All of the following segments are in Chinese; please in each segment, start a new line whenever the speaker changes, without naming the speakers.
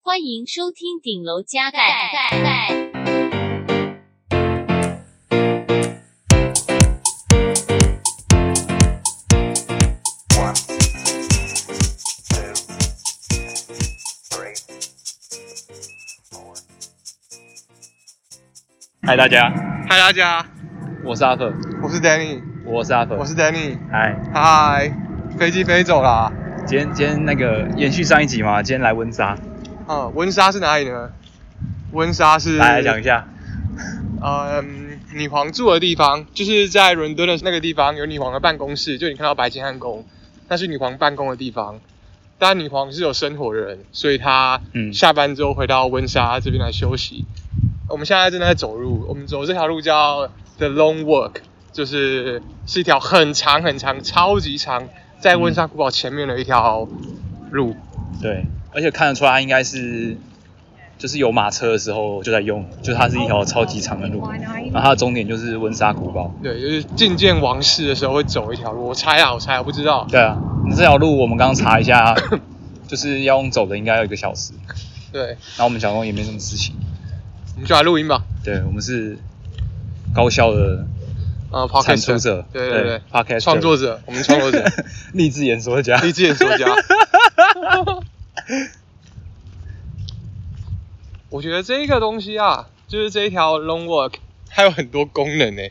欢迎收听顶楼加盖。
嗨，大家，
嗨，大家，
我是阿克，
我是 Danny，
我是阿克
我，是 Danny，
嗨，
嗨，飞机飞走啦。
今天今天那个延续上一集嘛，今天来温莎，
嗯，温莎是哪里呢？温莎是
来来讲一下，
呃，嗯女皇住的地方，就是在伦敦的那个地方有女皇的办公室，就你看到白金汉宫，那是女皇办公的地方。但女皇是有生活的人，所以她
嗯
下班之后回到温莎这边来休息。我们现在正在走路，我们走这条路叫 The Long Walk，就是是一条很长很长、超级长，在温莎古堡前面的一条路。
对，而且看得出来他应该是就是有马车的时候就在用，就是它是一条超级长的路，然后它的终点就是温莎古堡，
对，就是觐见王室的时候会走一条路。我猜啊，我猜啊，我不知道。
对啊，那这条路我们刚刚查一下， 就是要用走的应该要一个小时，
对，
然后我们想说也没什么事情，
我们就来录音吧。
对我们是高效的
呃 p o d c a
产
s
出者，
对对对
p o d c a s
创作者，我们创作 者，
励志演说家，
励志演 说家。我觉得这个东西啊，就是这一条 long walk，它有很多功能呢。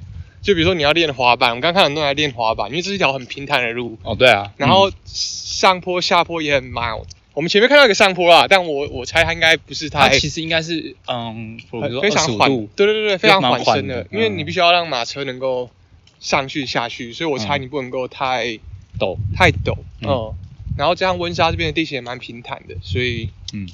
就比如说你要练滑板，我刚看很多人来练滑板，因为这是一条很平坦的路，
哦，对啊，
然后上坡下坡也很 mild。我们前面看到一个上坡啦，但我我猜它应该不是
它
太
其实应该是嗯，比如说
呃非
二
常
十五
缓
度，，
对对对对，非常
蛮
缓
缓
升的
的，
因为
嗯
你必须要让马车能够上去下去，所以我猜
嗯
你不能够太
陡，
太陡，
嗯
嗯，然后加上温莎这边的地形也蛮平坦的，所以
嗯，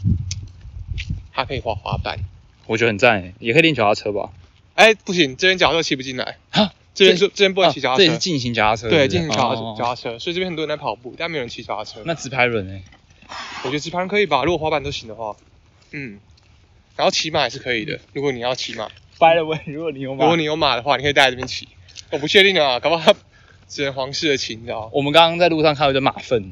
它可以滑滑板。
我觉得很赞欸，也可以练脚踏车吧？
哎，不行，这边脚踏车骑不进来，
啊，
这边
这
是这边不能骑脚
啊
踏
这也是
车，
进行脚踏车，
对，
进
进行脚踏
车
脚，踏车，所以这边很多人在跑步，但没有人骑脚踏车。
哦那直排轮哎，
我觉得直盘可以吧，如果滑板都行的话，嗯，然后骑马也是可以的，如果你要骑马，
By the way，如果你有
如果你有马的话，你可以带在这边骑。我不确定啊，搞不好它只能皇室的骑，你知道吗？
我们刚刚在路上看到一堆马粪，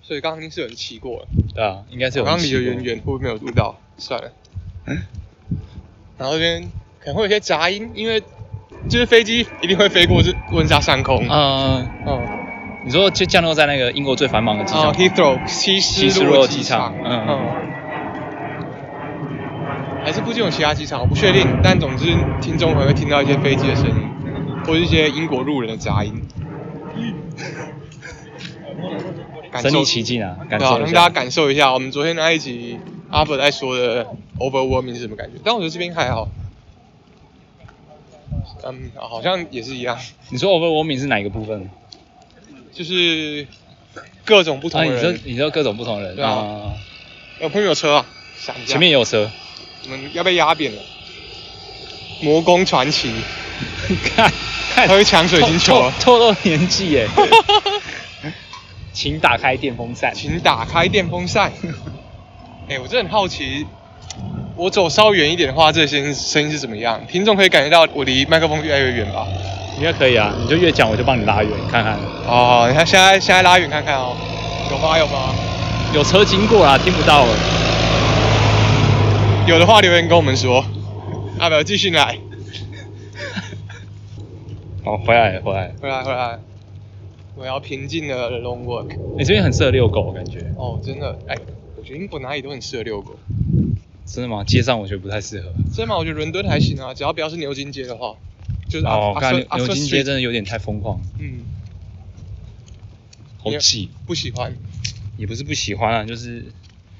所以刚刚一定是有人骑过了，
对啊，应该是有
我刚
人
刚离
骑
得
过。嗯
远远，会不会没有录到？算了。然后这边可能会有些杂音，因为就是飞机一定会飞过这温莎上空。
嗯，
嗯，
你说就降落在那个英国最繁忙的机场，
哦，Heathrow 西
希斯
斯
洛
洛
机
机
场
场，
嗯
嗯，还是附近有其他机场，我不确定。
嗯
但总之，听众可能会听到一些飞机的声音，或是一些英国路人的 杂音。感
身
受
临其境啊，感
对啊，
受一
让大家
下。
感受一下我们昨天那一集阿伯在说的 overwhelming 是什么感觉。但我觉得这边还好，嗯，好像也是一样，
你说 overwhelming 是哪一个部分？
就是各种不同
啊，
的
你说
人。
你说各种不同的人
对啊
啊，
有朋友有车啊，闪一下
前面也有车，
我们要被压扁了。魔宫传奇，
看看
他会抢水晶球了
透透透露年纪 耶。请打开电风扇。
请打开电风 扇。哎、我真的很好奇，我走稍远一点的话，这些声音是怎么样？听众可以感觉到我离麦克风越来越远吧？
应该可以啊，你就越讲我就帮你拉远，看看
哦，你看现在现在拉远看看哦，有吗有吗？
有车经过啊，听不到了。
有的话留言跟我们说， 阿表继续来，
好，回来了回来了，
回来回来，我要平静的 long work。
你、这边很适合遛狗，我感觉
哦，真的，哎，我觉得英国哪里都很适合遛狗，
真的吗？街上我觉得不太适合。
真的吗？我觉得伦敦还行啊，只要不要是牛津街的话，就是啊阿
哦，
阿
刚
瑟
才
阿
牛
瑟
津街
Street
真的有点太疯狂，
嗯，
好挤，
不喜欢，
也不是不喜欢啊，就是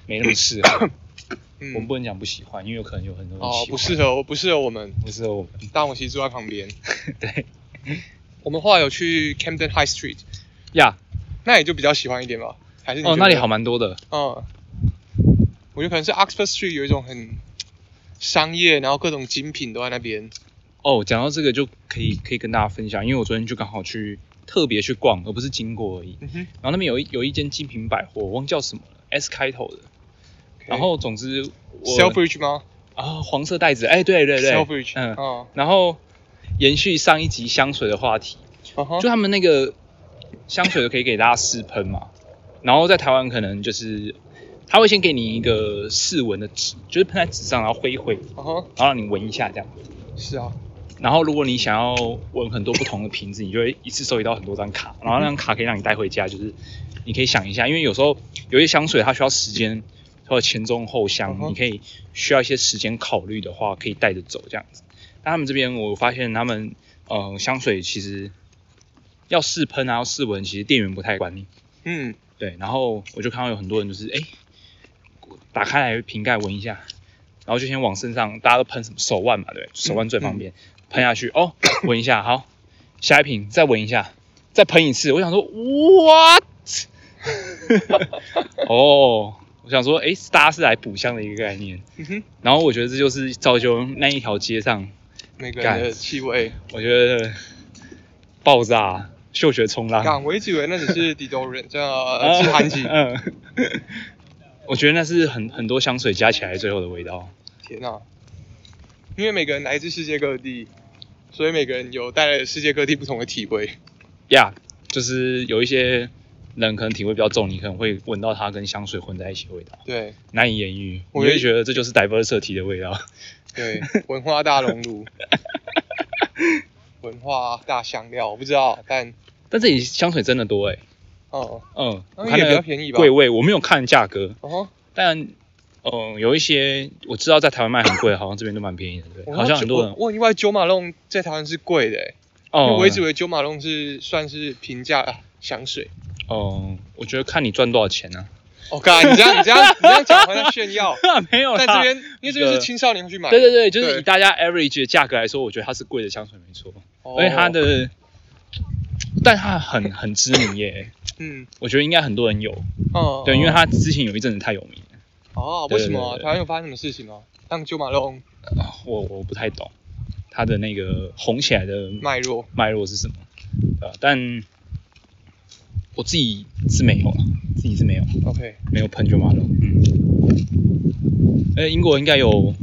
没那么适 合。
嗯，
我们不能讲不喜欢，因为有可能有很多人喜
哦
欢
不适合我不适合我们，
不适合我们。
但我其实住在旁边。
对
我们后来有去 Camden High Street，
呀，
那你就比较喜欢一点吧？还是你
哦，
觉
那里
得
好蛮多的，
嗯，我觉得可能是 Oxford Street 有一种很商业，然后各种精品都在那边。
哦，讲到这个就可以可以跟大家分享，因为我昨天就刚好去特别去逛，而不是经过而已。
嗯哼，
然后那边有一有一间精品百货，我忘记叫什么了，S 开头的。然后总之我
Selfridge 吗
啊、黄色袋子，哎，对对对
？Selfridge，
嗯。
哦
然后延续上一集香水的话题，
嗯哼
就他们那个香水可以给大家试喷嘛，然后在台湾可能就是他会先给你一个试闻的纸，就是喷在纸上，然后挥一挥，
哦吼，
然后让你闻一下这样。
是啊，
然后如果你想要闻很多不同的瓶子，你就会一次收集到很多张卡，然后那张卡可以让你带回家，就是你可以想一下，因为有时候有些香水它需要时间，或者前中后香
嗯，哼
你可以需要一些时间考虑的话，可以带着走这样子。但他们这边我发现他们呃香水其实要试喷啊，要试闻，其实店员不太管你。
嗯，
对，然后我就看到有很多人就是哎，打开来瓶盖闻一下，然后就先往身上，大家都喷什么手腕嘛，对不对，手腕最方
嗯
便，喷下去哦，闻一下，好，下一瓶再闻一下，再喷一次。我想说，what？哦，我想说，哎，大家是来补香的一个概念。
嗯哼，
然后我觉得这就是造就那一条街上，
每个人的
干
气味。
我觉得爆炸、嗅觉冲浪。
干，我一直以为那只是 deodorant，叫止汗剂。
嗯， 我觉得那是很很多香水加起来最后的味道。
天啊！因为每个人来自世界各地，所以每个人有带来世界各地不同的体味。
呀、就是有一些人可能体味比较重，你可能会闻到它跟香水混在一起的味道，
对
难以言喻。
我
我
也
就觉得这就是 diversity 的味道。
对，文化大熔炉， 文化大香料，我不知道，但
但这里香水真的多哎、
哦，
嗯，
那
我看
也
那
比较
个
便宜吧
贵位，我没有看价格，
哦，
但嗯，有一些我知道在台湾卖很贵，好像这边都蛮便宜的，对，
我
好像很多
我
人
我很意外九马龙在台湾是贵的欸，因
哦，
为我一直以为九马龙是算是平价、啊香水。
哦，我觉得看你赚多少钱啊呢、
哦，干，你这样你这样你这样讲好像在 炫耀，
啊？ 没有啦，
在这边，因为这边
一个
是青少年会去买的，
对对对，就是
对
以大家 average 的价格来说，我觉得它是贵的香水没错，
哦，
而且它的，但它很很知名耶，
嗯
我觉得应该很多人有，
哦，
对，因为
它。
它之前有一阵子太有名了，
哦，
对
为什么啊
对对对
台湾有发生什么事情吗？让九马龙
我我不太懂它的那个红起来的
脉弱，
脉络是什么，对吧？但我自己是没有了，啊自己是没有，
OK，
没有喷就马龙，嗯，而且嗯英国应该有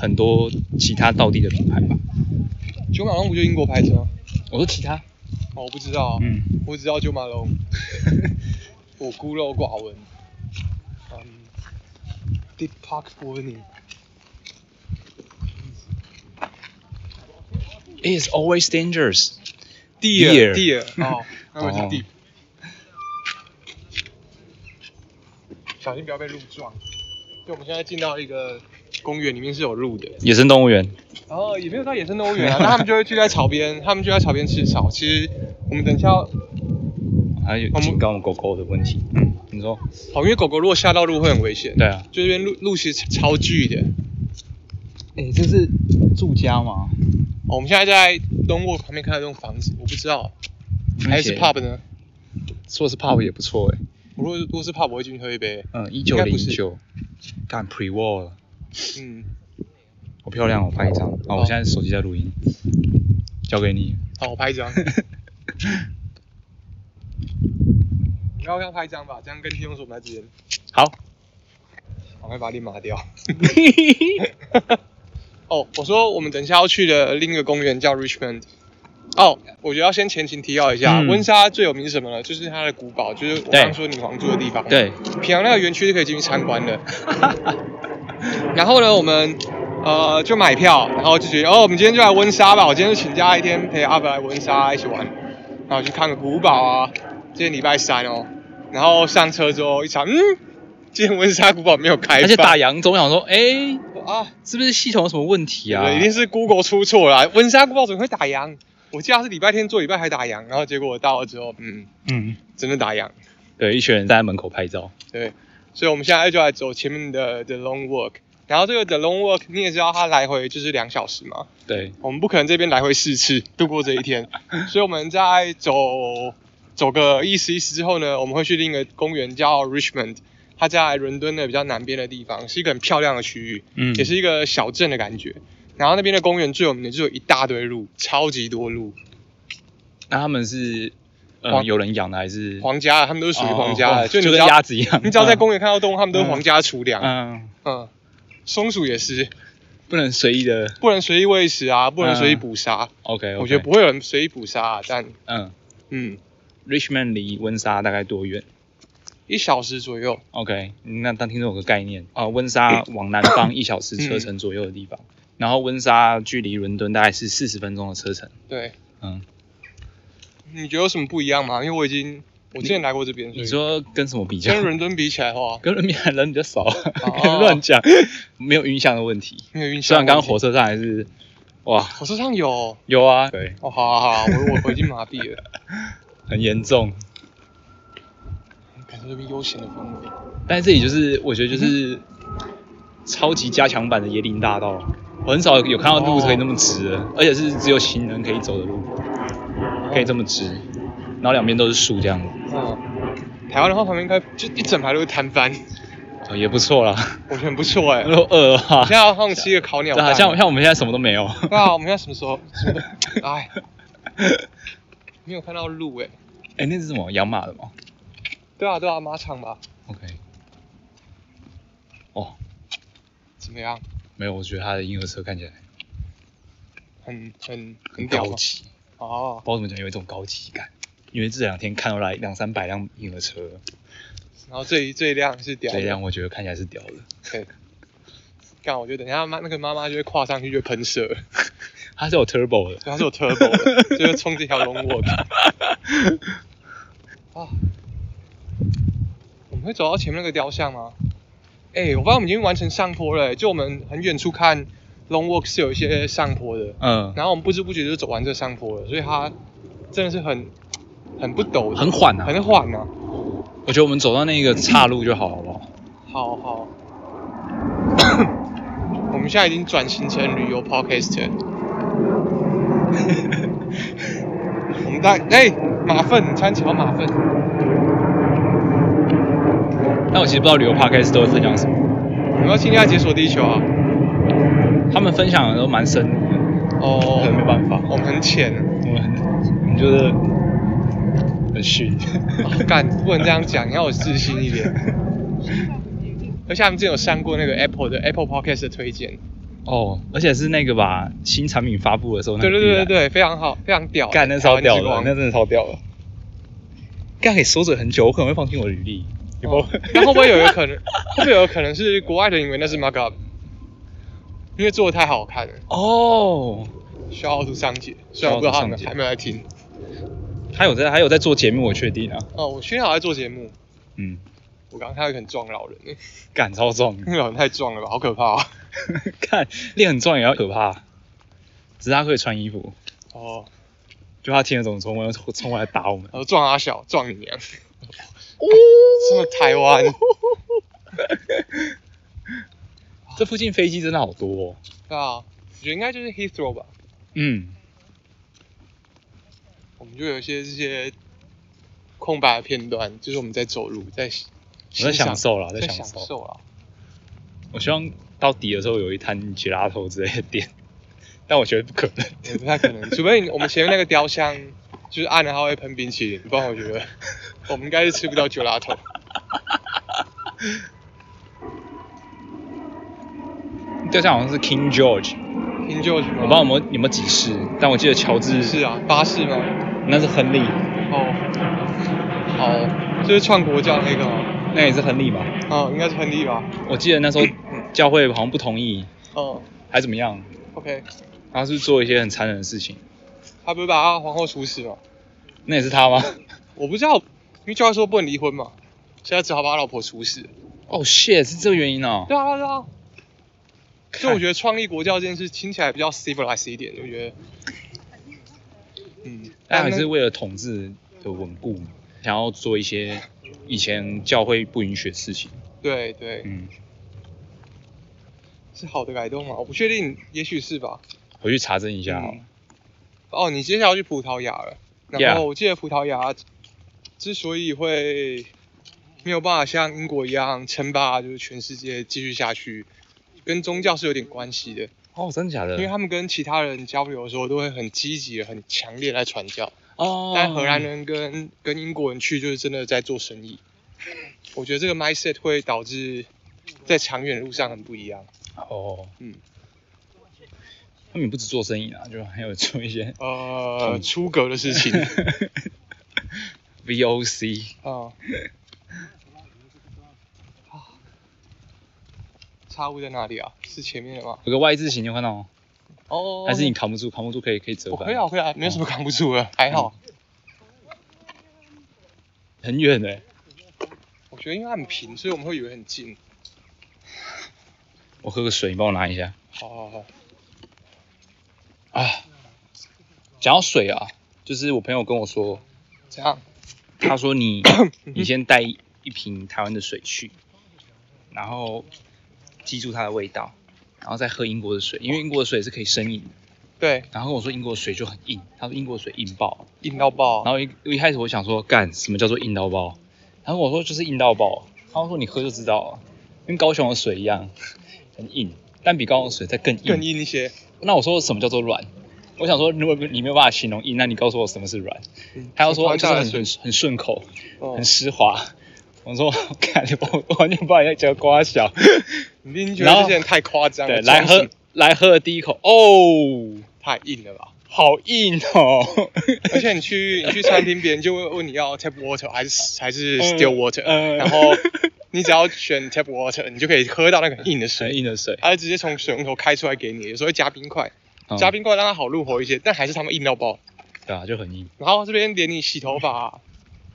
很多其他道地的品牌吧？
九马龙不就英国牌子吗？
我说其他，
哦，我不知道，
嗯，
我只知道九马龙， 我孤陋寡闻。嗯，Deepak Warning，
It is always dangerous. Deer
Deer Deer，哦，那我是
哦
Deep，小心不要被鹿撞。就我们现在进到一个公园，里面是有鹿的，
野生动物园。
然后哦也没有到野生动物 园啊，那他们就会聚在草边，他们就在草边吃草。其实我们等一下要
还有警告狗狗的问题。嗯，你说？
哦，因为狗狗如果吓到路会很危险。
对，啊。
就这边路路其实超巨的。
哎、这是住家吗？
哦我们现在在东沃旁边看到这栋房子，我不知道还是 pub 呢。
说是 pub 也不错哎、
我如果如果是 pub，我会进去喝一杯。
嗯，一
应
九
该不
零
是
九，干 pre war 了，
嗯，
好漂亮哦，我拍一张。
好
好，我现在手机在录音，交给你。
好，我拍一张。 你要不要拍一张吧？这样跟听众说我们在这边，
好。
赶快把脸抹掉。 哦，我说我们等一下要去的另一个公园叫 Richmond。哦，我觉得要先前情提要一下，
嗯
温莎最有名是什么呢？就是它的古堡，就是我刚刚说女皇住的地方。
对，
平阳那个园区是可以进去参观的。 然后呢，我们呃就买票，然后就觉得哦，我们今天就来温莎吧。我今天就请假一天陪阿伯来温莎一起玩，然后去看个古堡啊。今天礼拜三哦，然后上车之后一查，嗯，今天温莎古堡没有开放，
而且打烊总想说，哎、
啊，
是不是系统有什么问题啊？
对，一定是 Google 出错了啊。温莎古堡怎么会打烊？我记得它是礼拜天做，礼拜还打烊，然后结果我到了之后，嗯，
嗯，
真的打烊。
对，一群人站在门口拍照。
对，所以我们现在就来走前面的 The Long Walk。然后这个 The Long Walk 你也知道，它来回就是两小时嘛，
对，
我们不可能这边来回四次度过这一天， 所以我们在走走个意思意思之后呢，我们会去另一个公园叫 Richmond，它在伦敦的比较南边的地方，是一个很漂亮的区域，
嗯
也是一个小镇的感觉。然后那边的公园最有名的就有一大堆鹿，超级多鹿，
那他们是，
皇
嗯，有人养的还是？
皇家的他们都是属于皇家的，
哦
就你
就
只
跟
要
鸭子一样。
你只要在公园看到动物，他们都是皇家的厨
嗯，
粮，
嗯，
嗯，松鼠也是，
不能随意的。
不能随意喂食啊，不能随意
嗯
捕杀。
OK，,
我觉得不，会有人随意捕杀、啊，但
嗯
嗯
，Richmond 离温莎大概多远？
一小时左右。
OK，那当听众有个概念啊、呃温莎往南方一小时车程左右的地方，然后温莎距离伦敦大概是四十分钟的车程。
对，
嗯，
你觉得有什么不一样吗？因为我已经我之前来过这边，所
你
以
说跟什么比较？
跟伦哦敦比起来的话，
跟人比人比较少， 乱讲，没有晕向的问题。
没有印
虽
象
然
问题。
刚刚火车上还是，哇，
火车上有哦，
有啊，对，
好好好，我我我已经麻痹了，
很严重。
感受这边悠闲的氛围。
但是这里就是我觉得就
嗯
是超级加强版的椰林大道，我很少有看到路可以那么直
哦
的，而且是只有行人可以走的路，可以这么直，然后两边都是树这样子，
嗯，台湾的话旁边应该就一整排都是摊贩，
哦也不错啦。
我觉得很不错哎、
如果饿的话，
现在要放吃一个烤鸟
对啊
蛋，
像像我们现在什么都没有，
对啊，我们要什么时候？什么 时候哎，没有看到路哎、
哎，那是什么养马的吗
对啊对啊，马场吧，
？OK，哦，
怎么样？
没有，我觉得他的婴儿车看起来
很很很
很
屌啊
高
吗
级，
哦，
不知道怎么讲，有一种高级感。因为这两天看到来两三百辆婴儿车，
然后这一这一辆是屌
这
的，
辆我觉得看起来是屌的。
对。干，我觉得等一下妈那个妈妈就会跨上去就会喷 射，
它是有 turbo 的，
然后是有 turbo，的 就会冲这条龙 我。啊，我们会走到前面那个雕像吗？哎、我发现我们已经完成上坡了、欸就我们很远处看 long walk 是有一些上坡的，
嗯，
然后我们不知不觉就走完这上坡了，所以它真的是很很不陡的，
很缓啊。
很缓啊。
我觉得我们走到那个岔路就好了，好不好？
好好， 我们现在已经转型成旅游 podcast 了。 我们大哎、马粪，参桥马粪，
但我其实不知道旅游 podcast 都会分享什么，
我们要尽量解锁地球啊！
他们分享的都蛮深入的，
哦
可，能没办法，
我们很浅，
我们很，我们就是很虚。
哦 干、不能这样讲，你要有自信一点。而且他们之前有上过那个 Apple 的 Apple Podcast 的推荐，
哦，而且是那个吧，新产品发布的时候，那
对
个
对
地
对对
毯，
对，非常好，非常屌，
干那超屌
台
的，
湾
那
之光
真的超屌的。干可以收着很久，我可能会放进我的履历，有没有
哦？那会不会有一个可能？ 会不会有可能是国外的以为那是 mark up？因为做的太好看了，
哦，
需要凹凸上节。虽然我不知道他们还没有在听。
他有在，还有在做节目，我确定啊。
哦，我现在好在做节目，
嗯，
我刚刚看到一个很壮的老人，
干超重，
那个老人太壮了吧，好可怕啊！
看练很壮也要可怕，只是他可以穿衣服，
哦，
就他听得懂中文，冲冲过来打我们
然。后撞阿小，撞你娘！什么台湾？
这附近飞机真的好多、哦。
对啊，我觉得应该就是 Heathrow 吧。
嗯，
我们就有一些这些空白的片段，就是我们在走路，在
我在
在
享，受啦，
在
在享
享
受。
受啊。
我希望到底的时候有一摊吉拉头之类的店，但我觉得不可能。
也不太可能，除非你我们前面那个雕像就是按了它会喷冰淇淋，不然我觉得我们应该是吃不到九拉头。
雕像好像是 King George，
听就什
我
么？
不知道有没有有没有几世，但我记得乔治
是啊，巴士吗？
那是亨利，
哦，好，就是创国教那个吗？
那也是亨利吧？
哦，应该是亨利吧？
我记得那时候教会好像不同意，
哦
还怎么样？
，OK，
他是做一些很残忍的事情，
他不是把他皇后处死吗？
那也是他吗？
我不知道，因为教会说不能离婚嘛，现在只好把他老婆处死。
哦、shit，是这个原因哦。
对啊，对啊。所以我觉得创立国教这件事听起来比较 civilized 一点，我觉得，嗯，
但还是为了统治的稳固，想要做一些以前教会不允许的事情。
对对，
嗯，
是好的改动吗？我不确定，也许是吧。
回去查证一下好了。
嗯哦，你接下来要去葡萄牙了，然
Yeah
后我记得葡萄牙之所以会没有办法像英国一样称霸，就是全世界继续下去，跟宗教是有点关系的，
哦，真的假的？
因为他们跟其他人交流的时候都会很积极的、很强烈地来传教，
哦，
但荷兰人跟跟英国人去就是真的在做生意，我觉得这个 mindset 会导致在长远的路上很不一样。
哦，
嗯
嗯，他们也不止做生意啦，就还有做一些
呃，
嗯
出格的事情。
VOC。
哦，岔啊路在哪里啊？是前面的吗？
有个 Y 字形，你有看到吗？
哦，
还是你嗯扛不住？扛不住可以可以折
我
返。
可以啊，我可以啊，没有什么扛不住的，还好。
很远哎、
我觉得因为它很平，所以我们会以为很近。
我喝个水，你帮我拿一下
好好好，
啊。讲到水啊，就是我朋友跟我说，
这样
他说 你
嗯
你先带一一瓶台湾的水去，然后记住它的味道，然后再喝英国的水，因为英国的水是可以生饮的。
对，
然后跟我说英国的水就很硬，他说英国的水硬爆。
硬到爆。啊
然后嗯一一开始我想说，干什么叫做硬到爆？然后我说就是硬到爆。他说你喝就知道了，跟高雄的水一样，很硬，但比高雄的水再更硬。
更硬一些，
那我说什么叫做软？我想说，如果你没有办法形容硬，那你告诉我什么是软？他要说就是很
水，
很很顺口，
哦
很湿滑。我说，我看我我完全不好意思叫瓜小。
你一定觉得这些人太夸张
对，
了，
来
装
喝
死
来喝的第一口，哦，
太硬了吧？
好硬哦。
而且你去你去餐厅，别人就会问你要 tap water 还是还是
嗯
still water，、
嗯
然后你只要选 tap water，你就可以喝到那个很硬的
很
水，
硬的水，
它就直接从水龙头开出来给你，有时候会加冰块，
嗯
加冰块让它好入喉一些，但还是他们硬到爆。
对啊，就很硬。
然后这边连你洗头发、啊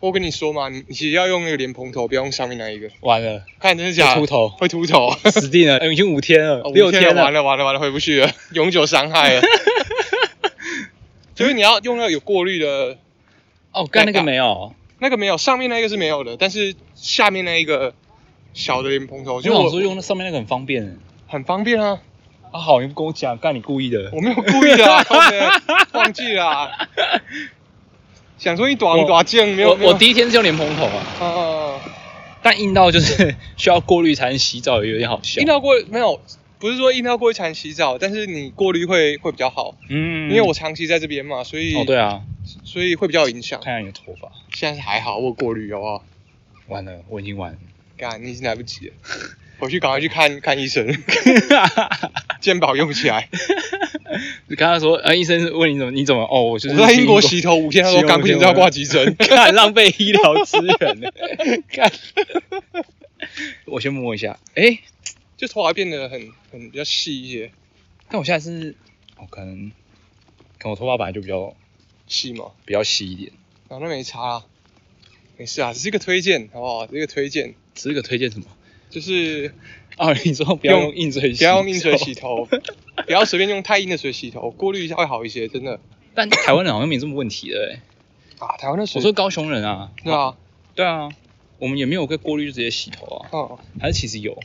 我跟你说嘛，你你其实要用那个莲蓬头，不要用上面那一个，
完了，
看真的假的？
会秃 头
会秃头。
死定了，哎已经五天了
哦，
六
天
了
完，了完了完了，回不去了，永久伤 害了。就是你要用那个有过滤的，
哦，干那个
尴尬
没有，
那个没有，上面那个是没有的，但是下面那一个小的莲蓬头，
我
就
就想说
我
用那上面那个很方便。
很方便啊，
啊，好，你不跟我讲，干你故意的。
我没有故意的、 啊，靠背忘记了啊、想说你短
我
短剑没有
我
没有
我第一天是用莲蓬头啊，
啊，
但硬到就是需要过滤才能洗澡，也有点好笑。
硬到过没有？不是说硬到过一场洗澡，但是你过滤会会比较好，
嗯，
因为我长期在这边嘛，所以、
哦对啊，
所以会比较有影响。
看一下你的头发，
现在是还好，我有过滤好不好？
完了，我已经 完了。
干，你已经来不 及了，回去赶快去看看医生， 肩膀用起 来。
你刚刚说，啊，医生问你怎么，你怎么？哦，我就是
我在
去
英国洗头五 天，他说
洗头
干不行
五天。
就要挂急诊
看浪费医疗资源 呢。看，我先摸一下，哎，
就头发变得很很比较细一些，
但我现在是，哦，可能，可能我头发本来就比较
细嘛，
比较细一点，
然后那没差啊，没事啊，只是一个推荐好不好？这个推荐
只是个推荐什么？
就是
哦， 你说不要用硬水洗，
不要用硬水洗，头， 不要随便用太硬的水洗头，过滤一下会好一些，真的
但 台湾人好像没这么问题的哎。
啊。台湾的
我
水
说高雄人啊，
对啊，
对啊，我们也没有个过滤就直接洗头啊，
嗯，
还是其实有，啊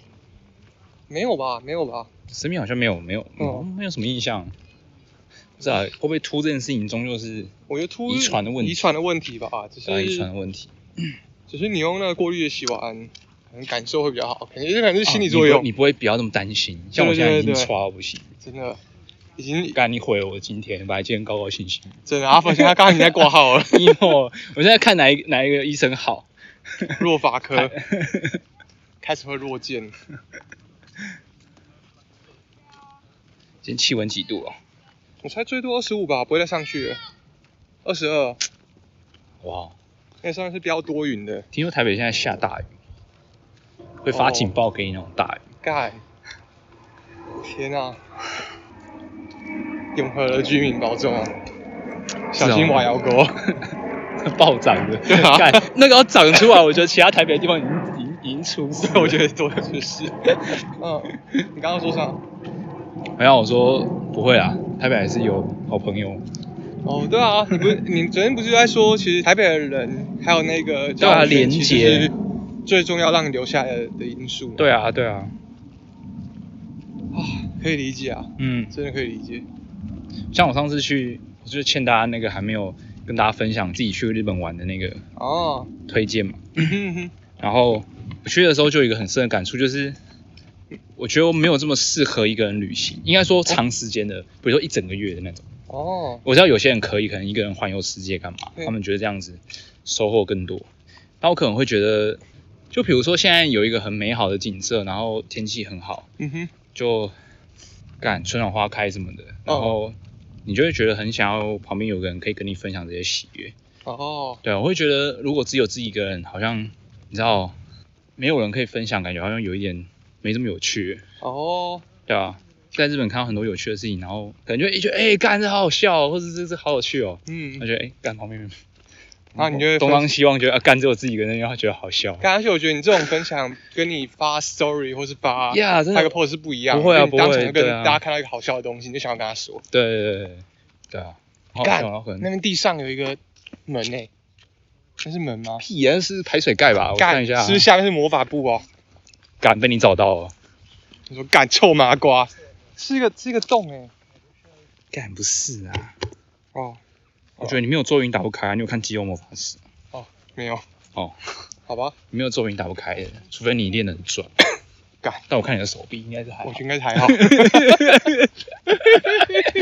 没有吧，没有吧，
身边好像没有没有、
哦
没有什么印象，不知道会不会秃这件事情终究是
我觉得秃
遗传的问题
遗传的问题吧，啊只
大
是
遗传的问题，
只是你用那个过滤的洗完，可能感受会比较好，可能这可能是心理
啊
作
你不
用。
会你不会比较那么担心，像我现在已经
对对对
刷到不行，
真的已经
干你毁了我的今天，本来今天高高兴兴，，
真的，阿发现他刚刚已经在挂号了
因为我我现在看哪一哪一个医生好，
弱法 科开始会弱健，
今天气温几度了？啊
我猜最多二十五吧，不会再上去了。二十二，
哇，
那上面是标多云的，
听说台北现在下大雨，会发
哦
警报给你那种大雨。
干，天啊！永和的居民保重啊，小心瓦窑沟。
啊 暴 涨的，
啊。
干那个要涨出来，我觉得其他台北的地方已经已经已经出事
我觉得多出事。 嗯，你刚刚说啥？
没有，我说不会啊，台北还是有好朋友。
哦，对啊，你不是你昨天不是在说，其实台北的人还有那个
对
交
啊
往圈
连
其实
结
是最重要让你留下来的的因素。
对啊，对啊，
啊，可以理解啊，
嗯，
真的可以理解。
像我上次去，我就欠大家那个还没有跟大家分享自己去日本玩的那个
哦，
推荐嘛。
嗯哼哼
然后我去的时候就有一个很深的感触，就是我觉得我没有这么适合一个人旅行，应该说长时间的，比如说一整个月的那种。
哦，
我知道有些人可以，可能一个人环游世界干嘛，
对
他们觉得这样子收获更多。那我可能会觉得，就比如说现在有一个很美好的景色，然后天气很好，
嗯哼，
就干春暖花开什么的，然后你就会觉得很想要旁边有个人可以跟你分享这些喜悦。
哦，
对，我会觉得如果只有自己一个人，好像你知道没有人可以分享，感觉好像有一点没这么有趣，
哦，
对吧、在日本看到很多有趣的事情，然后可能就哎觉得哎干这好好笑、哦，或者这这好有趣哦，
嗯
我，觉得哎干旁边，
然啊后你就会
东
分
张西望，觉得啊干只有自己一个人，然后觉得好笑。
刚而且我觉得你这种分享跟你发 story 或是 发
呀真的
发个 post 是不一样的，
不会啊
因为你当
不会
场就跟
对啊
大家看到一个好笑的东西，你就想要跟他说。
对对对对对啊，好
干
笑，然后可
那
能
边地上有一个门诶、那是门吗？
屁啊，那是排水盖吧？我看
干，
一下啊，
是不是下面是魔法布哦？
干被你找到了，
你说干臭麻瓜，是一个是一个洞诶、欸
干不是啊？
哦，
我觉得你没有咒语你打不开啊，你有看《肌肉魔法师》，
没有。
哦，
好吧，
你没有咒语你打不开的，除非你练得很壮。
干，
但我看你的手臂应该是还
我
好
觉得应该是还好。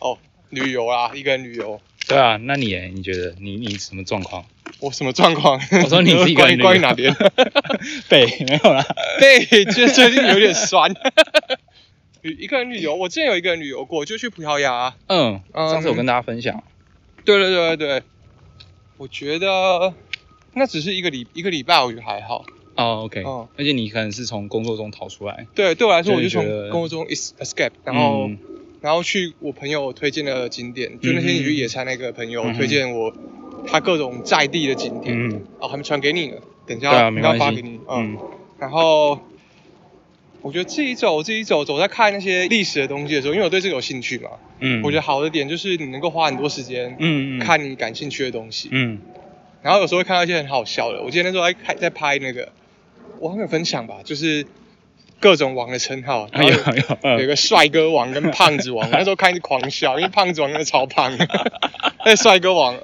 哦，旅游啦，一个人旅游，
对啊，那你耶你觉得你你什么状 况？
我什么状况？
我说你自己一个
关
人
于关于哪边？
对，没 有啦。
对，就最近有点酸。 一个人旅游，我之前有一个人旅游过，就去葡萄牙。
嗯，
嗯
上次我跟大家分享，
对对对对对，我觉得那只是一个礼一个礼拜，我觉得还好。
哦，OK，
哦
而且你可能是从工作中逃出来，
对，对我来说，
就
我
是
就
觉得
从工作中 es- escape，然后、
嗯
然后去我朋友推荐的景点，就那天你去野餐那个朋友
嗯哼
推荐我他各种在地的景点，
嗯，
哦，还没传给你呢，等一
对
下
啊
我
没
要
关系
发给你，嗯，
嗯
然后。我觉得自己走，自己走，走在看那些历史的东西的时候，因为我对这个有兴趣嘛，
嗯，
我觉得好的点就是你能够花很多时间
嗯，嗯嗯
看你感兴趣的东西，
嗯
然后有时候会看到一些很好笑的。我记得那时候还开在拍那个，我还没有分享吧，就是各种王的称号，然
哎
后
呦
有
哎呦，
有
嗯
一个帅哥王跟胖子 王，我那时候看一直狂笑，因为胖子王真的超胖的， 那帅哥王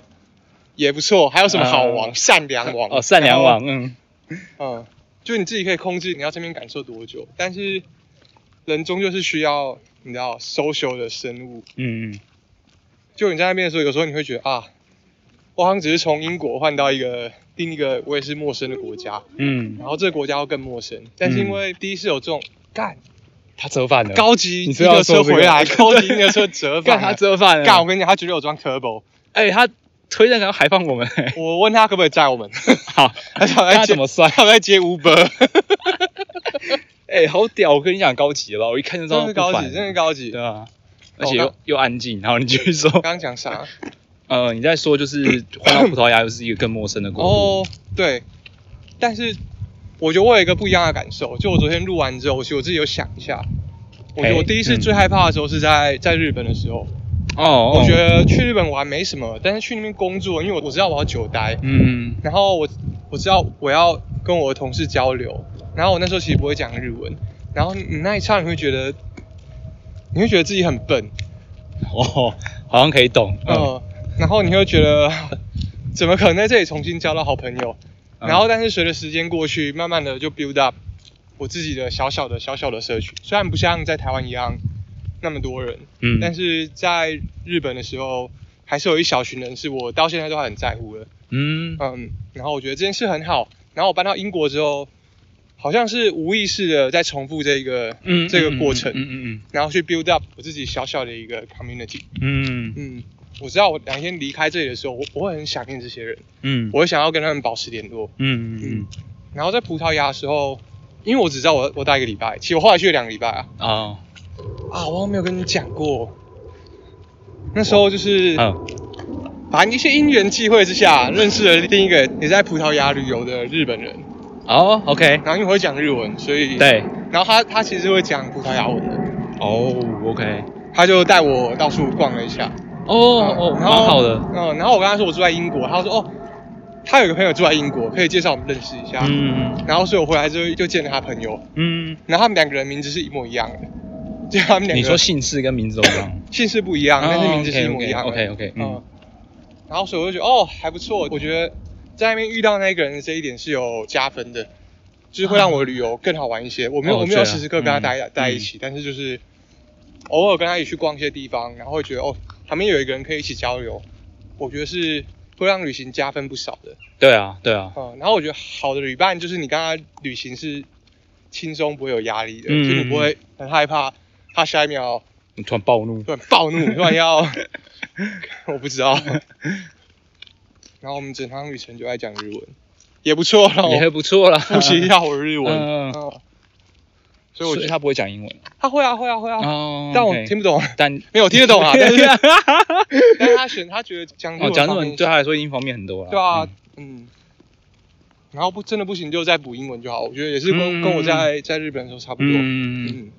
也不错。还有什么好王？善良王
嗯哦，善良王，，嗯，
然后嗯，就你自己可以控制你要这边感受多久，但是人终究是需要你知道 social 的生物，
嗯嗯，
就你在那边的时候，有时候你会觉得啊，我好像只是从英国换到一个另一个我也是陌生的国家，
嗯，
然后这个国家又更陌生。但是因为第一次有这种干
他折返了，
高级
嗯你
一
知道
个
说
车
这个
回 来，高级一个车折
干
返
他
啊，
折返了，
干我跟你讲，他绝对有装 turbo。
哎，他推荐然后还放我们，嘿
我问他可不可以载 我们，
好，
他想
他
在接
怎么算？
他在接 Uber，
哎，好屌，我跟你讲高级了，我一看就知道
真
他
是
不
高
反
级，真是高级。
对
刚
啊，而且
哦
又
刚
又安静，然后你继续说，
刚讲啥？
呃，你在说就是换到葡萄牙又是一个更陌生的国度，
哦，对，但是我觉得我有一个不一样的感受，就我昨天录完之后，其实我自己有想一下，我觉得
嘿
我第一次
嗯
最害怕的时候是在在日本的时候，
哦，
我觉
哦，
得去日本玩没什么，但是去那边工作，因为我我知道我要久待，
嗯
然后我我知道我要跟我的同事交流，然后我那时候其实不会讲日文，然后你那一刹你会觉得，你会觉得自己很笨，
哦，好像可以懂，嗯，
呃，然后你会觉得怎么可能在这里重新交到好朋友？
嗯
然后，但是随着时间过去，慢慢的就 build up 我自己的小小的小小的社群，虽然不像在台湾一样那么多人，
嗯，
但是在日本的时候，还是有一小群人是我到现在都还很在乎的。
嗯
嗯，然后我觉得这件事很好。然后我搬到英国之后，好像是无意识的在重复这一个
嗯，
这个过程，
嗯嗯
然后去 build up 我自己小小的一个 community。
嗯嗯
嗯，我知道我两天离开这里的时候，我我会很想念这些人，
嗯
我会想要跟他们保持联络。
嗯嗯
然后在葡萄牙的时候，因为我只知道我我待一个礼拜，其实我后来去了两个礼拜啊。
哦，
啊，我好像没有跟你讲过。那时候就是，
嗯
反啊正一些因缘际会之下，认识了另一个也在葡萄牙旅游的日本人。
哦，OK，
然后因为我会讲日文，所以，
对，
然后他他其实会讲葡萄牙文的，
哦，OK，
他就带我到处逛了一下。
哦哦，蛮好的，
嗯，然后我跟他说我住在英国，他说哦，他有个朋友住在英国，可以介绍我们认识一下。
嗯
然后所以我回来之后就见了他朋友，
嗯，
然后他们两个人名字是一模一样的，就他们两个
你说姓氏跟名字都一样，
姓氏不一样，但是名字是一模一样的。
，OK OK，
嗯
哦嗯，
然后所以我就觉得哦还不错，我觉得在那边遇到那个人这一点是有加分的，就是会让我旅游更好玩一些。我没有、
哦
我没有
这样
时时刻刻跟他待、
嗯
待一起，但是就是偶尔跟他一起去逛一些地方，然后会觉得哦旁边有一个人可以一起交流，我觉得是会让旅行加分不少的。
对啊对啊，
嗯，然后我觉得好的旅伴就是你跟他旅行是轻松不会有压力的，
嗯
就你不会很害怕他下一秒
你突然暴怒，
突然暴怒，突然要， 我不知道。然后我们整趟旅程就在讲日文，也不错了，
也还
我
不错啦。
复习一下我的日文。
嗯
嗯所以 我
所
觉
以
得
他不会讲英文
他会啊会啊会啊，
哦
但我
OK
听不懂，
但
没有我听得 懂啊，但是
哦，
但是他选他觉得讲日文
讲日
方
文
面
对他来说已经方便很多了。
对啊
嗯，
嗯，然后不真的不行就再补英文就好，我觉得也是跟、
嗯
跟我在在日本的时候差不多。
嗯，
嗯，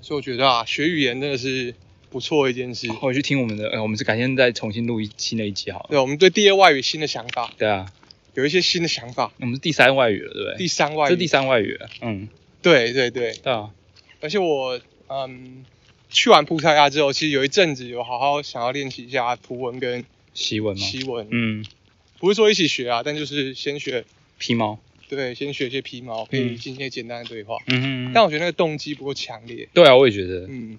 所以我觉得啊，学语言真的是不错的一件事。
回去听我们的，呃，我们是改天再重新录一期那一集好了。
对，啊我们对第二外语新的想法，
对啊，
有一些新的想法。
我们是第三外语了，对不
第
对？
三外
这
语，
第三外语了，嗯，
对对对，
对啊，
而且我嗯，去完葡萄牙之后，其实有一阵子有好好想要练习一下葡文跟
习文吗？
西文，
嗯，
不是说一起学啊，但就是先学，
皮毛，
对，先学一些皮毛，可以
嗯
进行一些简单的对话。
嗯，
但我觉得那个动机不够强烈，
对啊，我也觉得，
嗯，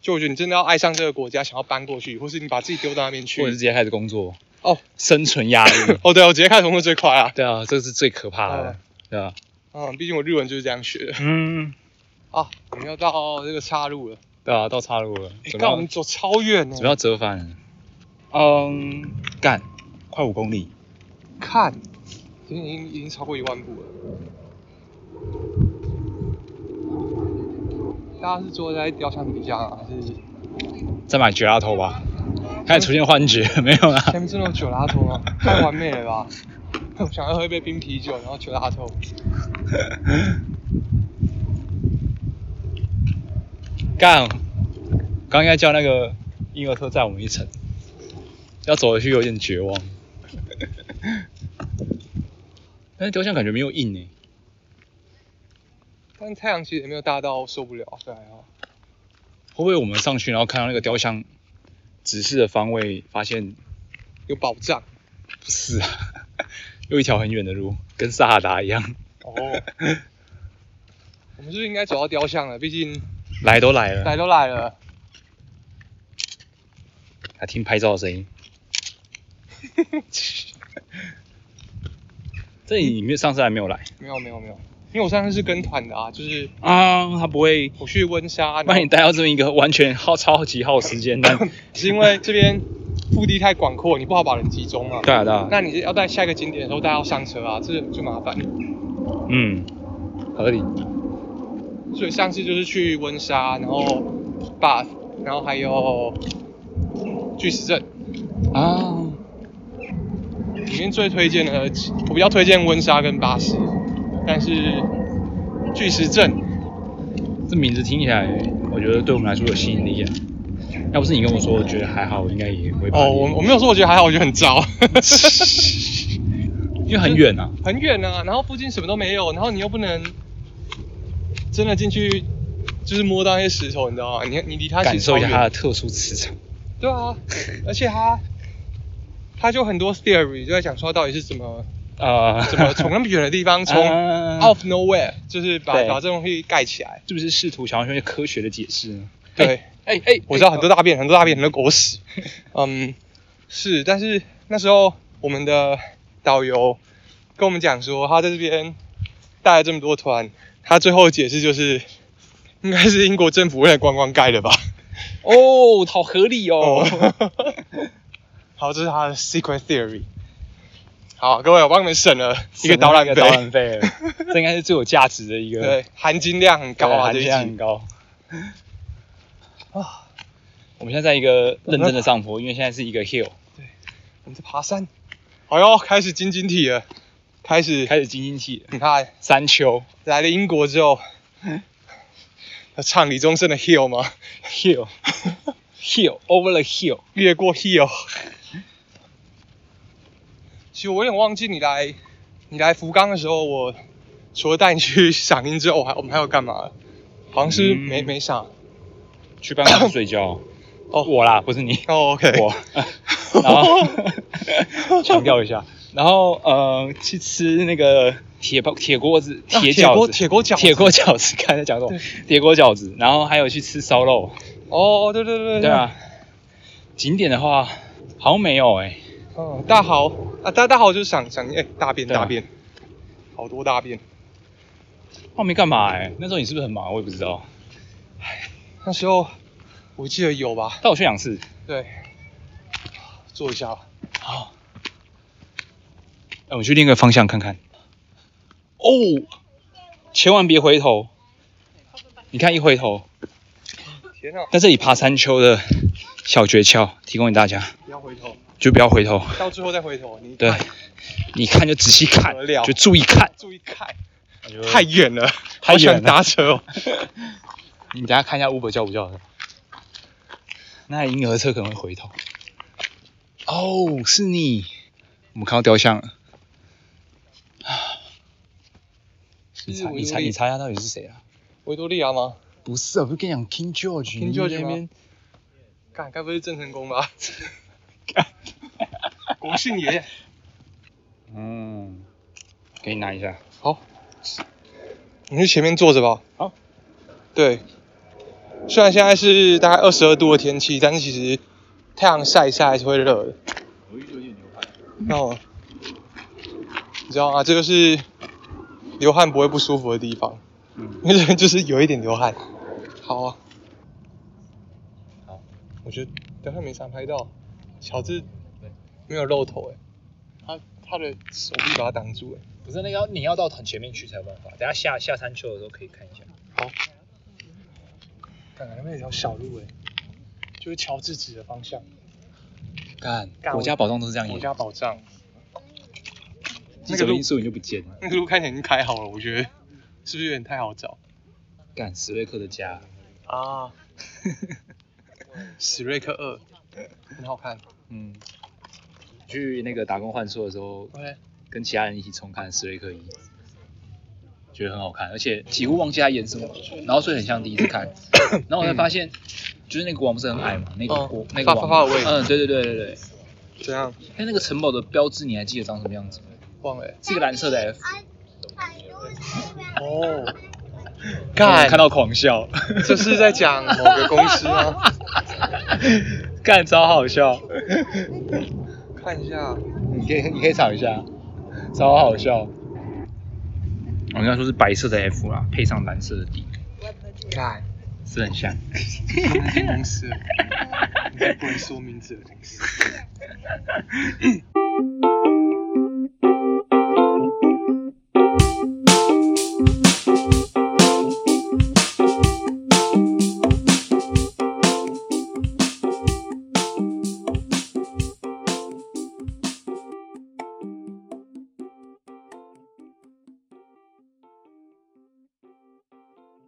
就我觉得你真的要爱上这个国家，想要搬过去，或是你把自己丢到那边去
或者，是直接开始工作，
哦，
生存压
，
力
哦，对，我直接看同事最快啊，
对啊，这是最可怕的，对啊，
嗯，毕竟我日文就是这样学的
嗯，
啊。我们要到这个岔路了，
对啊，到岔路了，
哎，
怎
干我
么
们
要
走超远呢
怎么，要折返了？嗯，干，快五公里，
看，已经已经已经超过一万步了。大家是坐在雕像底下啊，还是
再买绝拉头吧，开始出现幻觉， 没有啦，
前面是那种酒拉头吗？太完美了吧！我想要喝一杯冰啤酒，然后酒拉头。
干，刚应该叫那个婴儿车载我们一程，要走回去有点绝望。但是雕像感觉没有硬欸诶、
但太阳其实也没有大到受不了，对啊，
会不会我们上去然后看到那个雕像指示的方位，发现
有保障。
不是啊， 又一条很远的路，跟萨哈达一样，
哦， 我们是不是应该走到雕像了？毕竟
来都来了，
来都来了，
还听拍照的声音。 这里你们上次还没有来
没有没有没有，因为我上次是跟团的啊，就是
啊？他不会
我去温莎，
把你
然后
带到这么一个完全耗超级耗时间， 但
是因为这边腹地太广阔，你不好把人集中嘛。
对啊对啊，
那你要在下一个景点的时候，大家要上车啊，这就麻烦。
嗯，合理。
所以上次就是去温莎，然后 Bath，然后还有巨石阵。
啊，
里面最推荐的，我比较推荐温莎跟巴斯，但是巨石阵
这名字听起来，我觉得对我们来说有吸引力啊。要不是你跟我说，我觉得还好，我应该也会把
哦，我我没有说我觉得还好，我觉得很糟，
因为很远啊。
很远啊，然后附近什么都没有，然后你又不能真的进去，就是摸到那些石头，你知道吗？你你离它
感
其实超
受一
远
下它的，特殊磁场。
对啊，而且它它就很多 theory 就在讲说到底是怎么
啊，
怎么从那么远的地方从
啊
out of nowhere 就是把
对
把这东西盖起来，
是不是试图想要用一些科学的解释呢？
对。
哎哎，
我知道很多大便，很多大便，很多 狗屎。嗯，是，但是那时候我们的导游跟我们讲说，他在这边带了这么多团，他最后的解释就是，应该是英国政府为了观光盖的吧。
哦，好合理 哦。
好，这是他的 secret theory。好，各位，我帮你们省了一个导
导
览
导览
费，
费了，这应该是最有价值的一个，
对，含金量很高啊，
对
这一
含金量很
集。
高。
啊，
我们现在在一个认真的上坡，因为现在是一个 hill，
我们在爬山。好哟，开始晶晶体了，开始，
开始精心气了
你看。
山丘
来了英国之 后，要唱李宗盛的《Hill》吗？
hill hill over the hill。
越过 Hill。其实我有点忘记你来，你来福冈的时候，我除了带你去赏樱之后，我还我们还要干嘛？好像是没、
嗯
没赏。
去办公室睡觉。
哦
我啦，不是你，
哦，OK、o
我
k。
然 后强调一下，然后呃，去吃那个铁包铁锅子、铁
啊铁
饺
锅
子、
铁锅饺 子
铁锅饺子，刚才讲什么？铁锅饺子，然后还有去吃烧肉。
哦，对对对
对啊，景点的话好像没有哎，
嗯，大豪啊，大大豪就是赏赏哎、大便
对啊
大便，好多大便。
我没干嘛哎，那时候你是不是很忙？我也不知道，
那时候我记得有吧？
但我去两次。
对，坐一下吧。
好，哎，我去另一个方向看看。哦，千万别回头！你看一回头，
天啊，
但这里爬山丘的小诀窍提供给大家，
不要回头，
就不要回头。
到最后再回头，你
对
看，
你看就仔细看
得了，
就注意看。
注意看，太
太，
远了，
太
好
远了
想搭车哦。
你等下看一下 Uber 叫不叫的。那婴儿车可能会回头。哦，是你，我们看到雕像 了。你
是
猜，
维
你
多
猜，
利
你猜一下到底是谁啊？
维多利亚吗？
不是啊，我就跟你讲 King George。
King George
那
吗
边
干，该不会是郑成功吧？国姓爷，
嗯，给你拿一下。
好，你去前面坐着吧。
好，
对，虽然现在是大概二十二度的天气，但是其实太阳晒一晒还是会热的。
我有点牛排。
那我，你知道吗？这就是流汗不会不舒服的地方，
嗯，
因 为这边就是有一点流汗。好啊，
好，
我觉得等会没啥拍到，乔治没有露头哎、他他的手臂把他挡住哎、
不是那个要你要到很前面去才有办法，等下下下山丘的时候可以看一下。
看看那边有条小路哎、就是乔治指的方向，
干，
干
国家宝藏都是这样
国
演。
家宝藏。
记者因素你就不见了。
那个路看起来已经开好了，我觉得是不是有点太好找
干，史瑞克的家。
啊？ 史瑞克二很好看
嗯，去那个打工换宿的时候，
，OK，
跟其他人一起重看《史瑞克一》，觉得很好看，而且几乎忘记他演什么，然后所以很像第一次 看，然后我才发现，就是那个国王不是很矮嘛，那个
哦
国、那个
发
王，
发发尾
嗯，对对对对对，
怎样？
哎，那个城堡的标志你还记得长什么样子吗？
忘了欸、
是一个蓝色的 F，
哦，
我
干，
看到狂笑，
这是在讲某个公司吗？
干超好笑，
看一下，
你可以你可以吵一下，超好笑。我应该说是白色的 F 啦，配上蓝色的 D，
看，
是很 像。
公司，你是不能说名字的公司。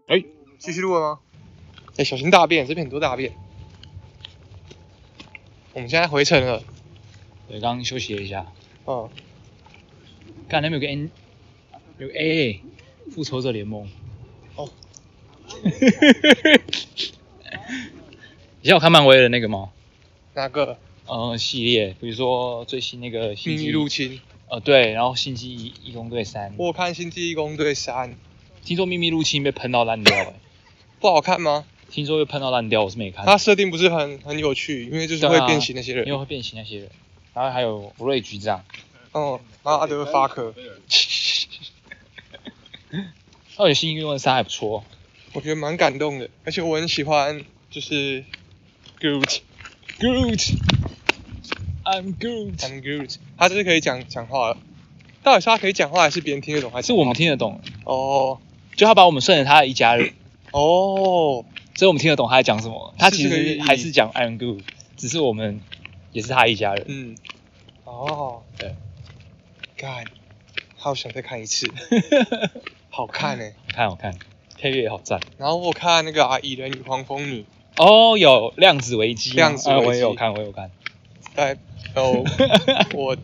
哎
继续录了吗？哎、小心大便，这边很多大便。我们现在回程了，
对，刚刚休息了一下。
嗯，
看那边有个 N，有个 A，复仇者联盟。
哦。
以前有看漫威的那个吗？
哪个
呃，系列，比如说最新那个
秘
星
密
际
入侵？
呃，对，然后星际义工队三，
我有看《星际义工队三》，
听说秘密入侵被喷到烂掉、欸，
不好看吗？
听说被喷到烂掉，我是没看。
它设定不是很很有趣，因为就是会
对啊
变形那些
因为
人，
会变形那些人，然后还有福瑞局长。
嗯，然后他就会发壳。
哦，有星际义工队三还不错，
我觉得蛮感动的，而且我很喜欢就是 Groot。Groot,
I'm good。
I'm Groot，他这是可以讲讲话了。到底是他可以讲话，还是别人听得懂，还
是
是
我们听得懂，
哦
就他把我们算成他的一家 人。
哦，
所以我们听得懂他在讲什么。他其
是这个意
实
义
还是讲 I'm good，只是我们也是他一家 人。
嗯，哦，
对，
干，好想再看一次，好看哎、
我看我看，配乐也好赞。
然后我看那个啊，《蚁人与黄蜂女》，
哦，有量子危机吗，
量子危
啊
机
我也有看，我也有看。
但哦， 我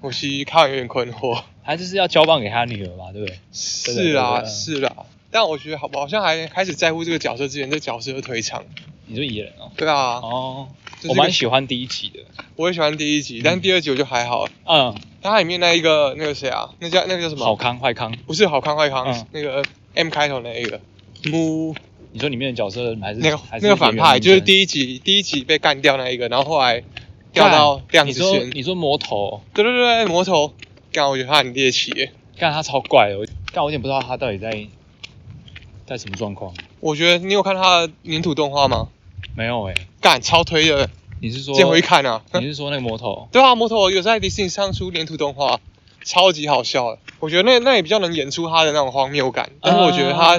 我其实看完有点困惑。
他就是要交棒给他女儿嘛，对不对？
是
对
啦，
对对
是啦。但我觉得好，我好像还开始在乎这个角色之前，这角色的退场。
你说蚁人哦。
对啊，
哦，
就是
我
这个
蛮喜嗯欢第一集的。
我也喜欢第一集，但第二集我就还好。
嗯，
它里面那一个那个谁啊，那叫那个叫什么？
好康坏康，
不是好康坏康，
嗯
那个 M 开头那一个。木
你说里面的角色还是
那个
还是
那个反派就是
一
第一集第一集被干掉那一个，然后后来掉到量
你
子
说
圈。
你说魔头，
对对对，魔头，干我觉得他很猎奇耶。
看他超怪的，我但我有点不知道他到底在在什么状况。
我觉得你有看他的粘土动画吗？
没有哎，
干超推的，
你是说
这回去看啊。
你是说那个魔头？
对啊，魔头有在迪士尼上出粘土动画，超级好笑的。我觉得那那也比较能演出他的那种荒谬感，但是我觉得
啊
他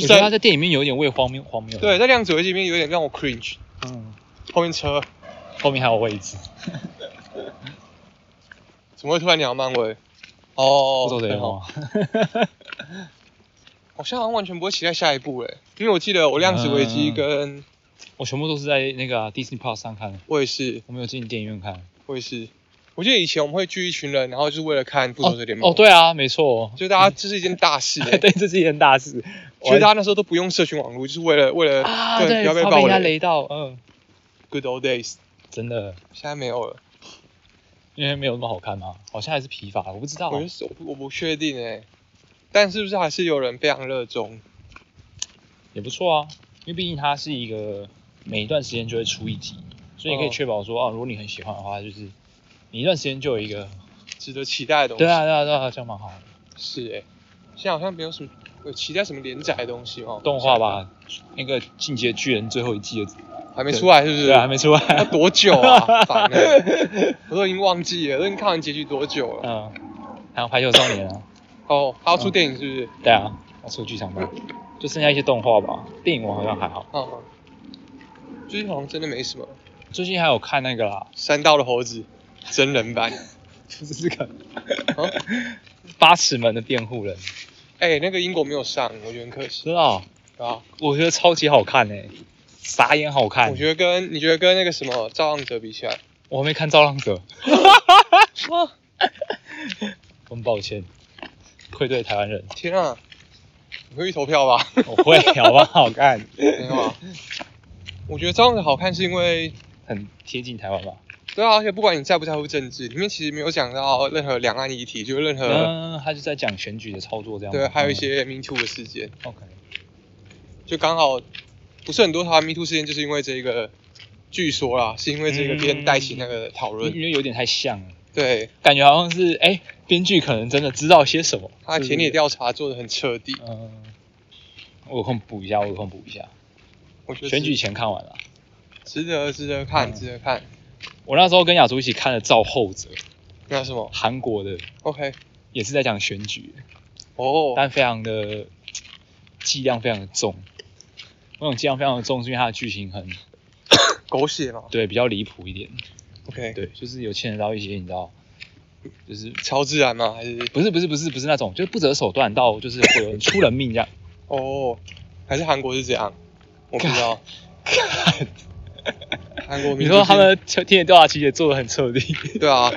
我
是
觉得
在、
他在电影里面有点为荒谬荒谬。
对，在量子游戏里面有点让我 cringe。
嗯，
后面车
后面还有位 置，
怎么会突然聊漫威？哦，
不走
很
的
好
话，
好像好像完全不会期待下一部诶，因为我记得我量子危机
嗯
跟
我全部都是在那个啊 Disney Plus 上看的，
我也是
我没有进电影院看。
我也是，我记得以前我们会聚一群人，然后就是为了看复仇者联盟
哦，对啊，没错，
就大家这是一件大事、欸，
对，这是一件大事。
其实大家那时候都不用社群网络，就是为了为了
啊，
对
对，
不要被
怕
暴
人家
雷。
雷到，嗯，
Good old days，
真的，
现在没有了。
因为没有那么好看嘛，好像还是疲乏，我不知道
我。就是我不我不确定哎、但是不是还是有人非常热衷？
也不错啊，因为毕竟它是一个每一段时间就会出一集，所以你可以
哦
确保说啊，如果你很喜欢的话，就是你一段时间就有一个。
值得期待的东西。
对啊，对啊，对啊，这样蛮好的。
是哎、现在好像没有什么有期待什么连载的东西哦。
动画吧，那个《进阶巨人》最后一季的，
还没出来是不是？
对啊，还没出来。
要多久 啊？烦欸我都已经忘记了，都已经看完结局多久了？
嗯，还有《排球少年》啊，
哦，他要
嗯
出电影是不是？
对啊，要出剧场版，就剩下一些动画吧。电影我好像还好，
哦，最近好像真的没什么。
最近还有看那个啦，
山道的猴子真人版，
不是这个，
哦
八尺门的辩护人，
哎、那个英国没有上，我觉得很可惜
知道？
啊。
我觉得超级好看哎、傻眼好看。
我
得
觉得跟你觉得跟那个什么《造浪者》比起来，
我还没看《造浪者》，很抱歉，愧对台湾人。
天啊！你会去投票吧？
我会，好不好看？
没有啊。我觉得《造浪者》好看是因为，
很贴近台湾吧？
对啊，而且不管你在不在乎政治，里面其实没有讲到任何两岸议题，就是任何、
嗯，他就在讲选举的操作这样吗。
呃对，还有
嗯
一些 Me Too 的事件，
OK，
就刚好不是很多台湾 Me Too 事件，就是因为这个，据说啦，是因为
嗯
这个别人带起那个讨论，
因为有点太像了，
对
感觉好像是哎，编剧可能真的知道些什么。
他田野调查做的很彻底，
嗯，我有空补一下，我有空补一下。
我觉得
选
值
举前看完了，
值得值得看，
嗯
值得看。
我那时候跟雅竹一起看了《造后者》，
那什么
韩国的，
，OK，
也是在讲选举，
哦，
但非常的剂量非常的重。那种剂量非常的重，是因为它的剧情很
狗血嘛
对比较离谱一点，
，OK，
对，就是有牵扯到一些你知道，就是
超自然嘛，还是
不是不是不是不是那种，就是不择手段到就是会有人出人命这样。
哦，还是韩国是这样？我不知道，韩国
你
民族
说他
性
们天天调查啊其实也做的很彻底，
对啊，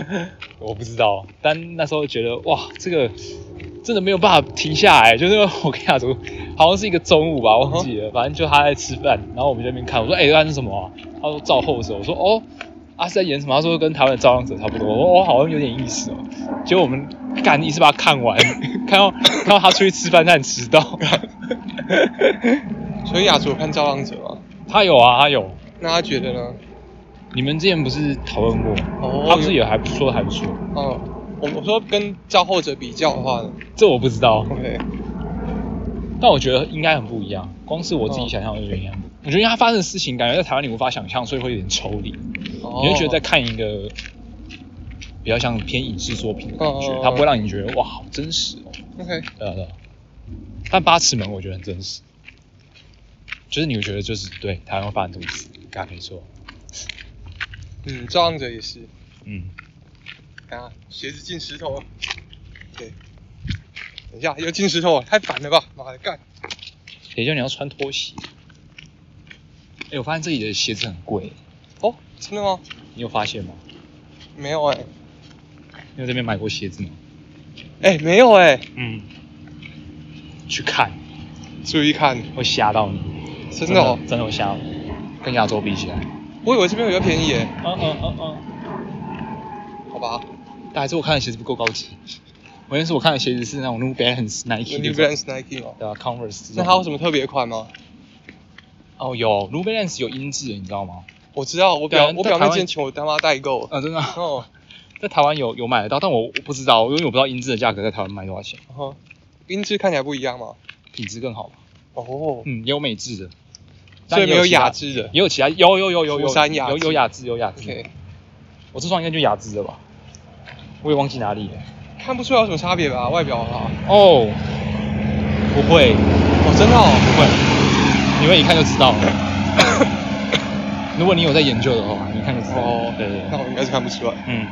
我不知道，但那时候觉得哇，这个真的没有办法停下来。就是我跟亚竹好像是一个中午吧，忘记了，反正就他在吃饭，然后我们在那边看，我说哎，那、是什么、啊？他说照后手，我说哦，啊是在演什么？他说跟台湾的照样者差不多，我说哦好像有点意思哦。结果我们干一次把他看完， 看到看到他出去吃饭，他很迟到。
所以雅竹有看《造浪者》吗？
他有啊，他有。
那他觉得呢？
你们之前不是讨论过？
哦
他不是也还不说得还不错？
哦，我我说跟《造后者》比较的话呢
这我不知道。
，OK，
但我觉得应该很不一样，光是我
哦
自己想象的原因，我觉得因为它发生的事情，感觉在台湾你无法想象，所以会有点抽离，
哦
你会觉得在看一个比较像偏影视作品的感
哦
觉，它不会让你觉得哇好真实哦，
OK，
对啊对啊。但八尺门我觉得很真实，就是你会觉得就是对台湾会发生这种事，干没错，
嗯，《造浪者》也是
嗯，
啊，鞋子进石头了，对，等一下又进石头了，太烦了吧，妈的干！
也就你要穿拖鞋。哎，我发现这里的鞋子很贵，
哦，真的吗？
你有发现吗？
没有哎、
你有这边买过鞋子吗？
哎、没有哎、
嗯，去看。
注意看，
会吓到你，
真的哦，
真的会吓到你，跟亚洲比起来，
我以为这边比较便宜哎、
嗯嗯嗯嗯，
好吧
但还是我看的鞋子不够高级，我那是我看的鞋子是那种 New Balance、Nike
，New
这种
Balance Nike 哦。
对啊，Converse
那还有什
么？
么特别款吗？
哦，有 New Balance 有音质的，你知道吗？
我知道，我
对啊
表我
在
表
台
妹
湾
之前请我他妈代购。
啊，真的啊，
哦，
在台湾有有买得到，但我我不知道，因为我不知道音质的价格在台湾卖多少钱，
然后音质看起来不一样嘛。
品质更好吧？
哦，
嗯，也有美制的，但
所以没
也有
有
其他
雅，致的。
也有其他，有有有有有
釜山雅致
有有雅致有雅致，
OK，
我这双应该就雅致的吧？我也忘记哪里了，
看不出来有什么差别吧？外表的话，
哦，不会，
哦，真的
不
哦，
会，你会一看就知道了。如果你有在研究的话，你一看就知道。
哦，
对对
那
对，
我应该是看不出来。
嗯，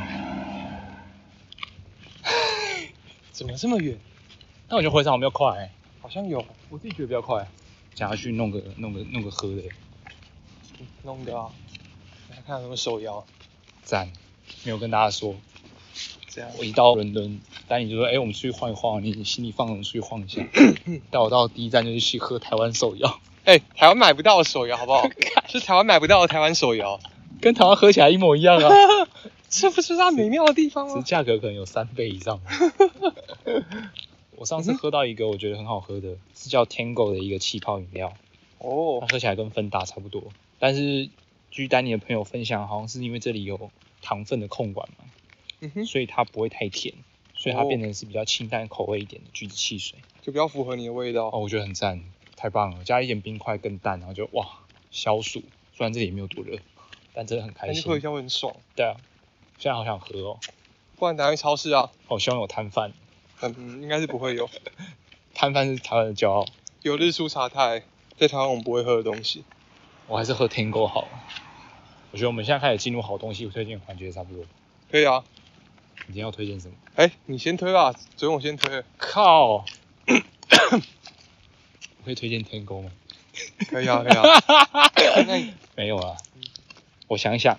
怎么这么远？
那我觉得回场我们要快、欸，
好像有
我自己觉得比较快，想要去弄个弄个弄个喝的、
弄的啊，看看有没有手摇，
赞，没有跟大家说，
这样
我一到伦敦，丹尼就说：“哎、我们出去晃一晃，你心里放松，出去晃一下。”带我到第一站就是去喝台湾手摇，
哎、台湾买不到的手摇，好不好？是台湾买不到的台湾手摇，
跟台湾喝起来一模一样啊，
这不是它美妙的地方
只是
吗？
价格可能有三倍以上。我上次喝到一个我觉得很好喝的，是叫 Tango 的一个气泡饮料，它
哦，
喝起来跟芬达差不多，但是据丹尼的朋友分享，好像是因为这里有糖分的控管嘛，
嗯哼，
所以它不会太甜，所以它
哦
变成是比较清淡口味一点的橘子汽水。
就比较符合你的味道。
哦，我觉得很赞，太棒了！加一点冰块更淡，然后就哇消暑。虽然这里也没有多热，但真的很开
感觉
心。
喝一下会很爽，
对啊，现在好想喝哦。
不然拿去超市啊，
哦，希望有摊贩，
嗯，应该是不会有。
摊贩是台湾的骄傲。
有日出茶太，在台湾我们不会喝的东西。
我还是喝天狗好了。我觉得我们现在开始进入好东西推荐环节差不多。
可以啊，
你今天要推荐什么？
哎、你先推吧，昨天我先推，
靠！ 我可以推荐天狗吗？
可以啊，可以啊。那你
没有啊。我想一想，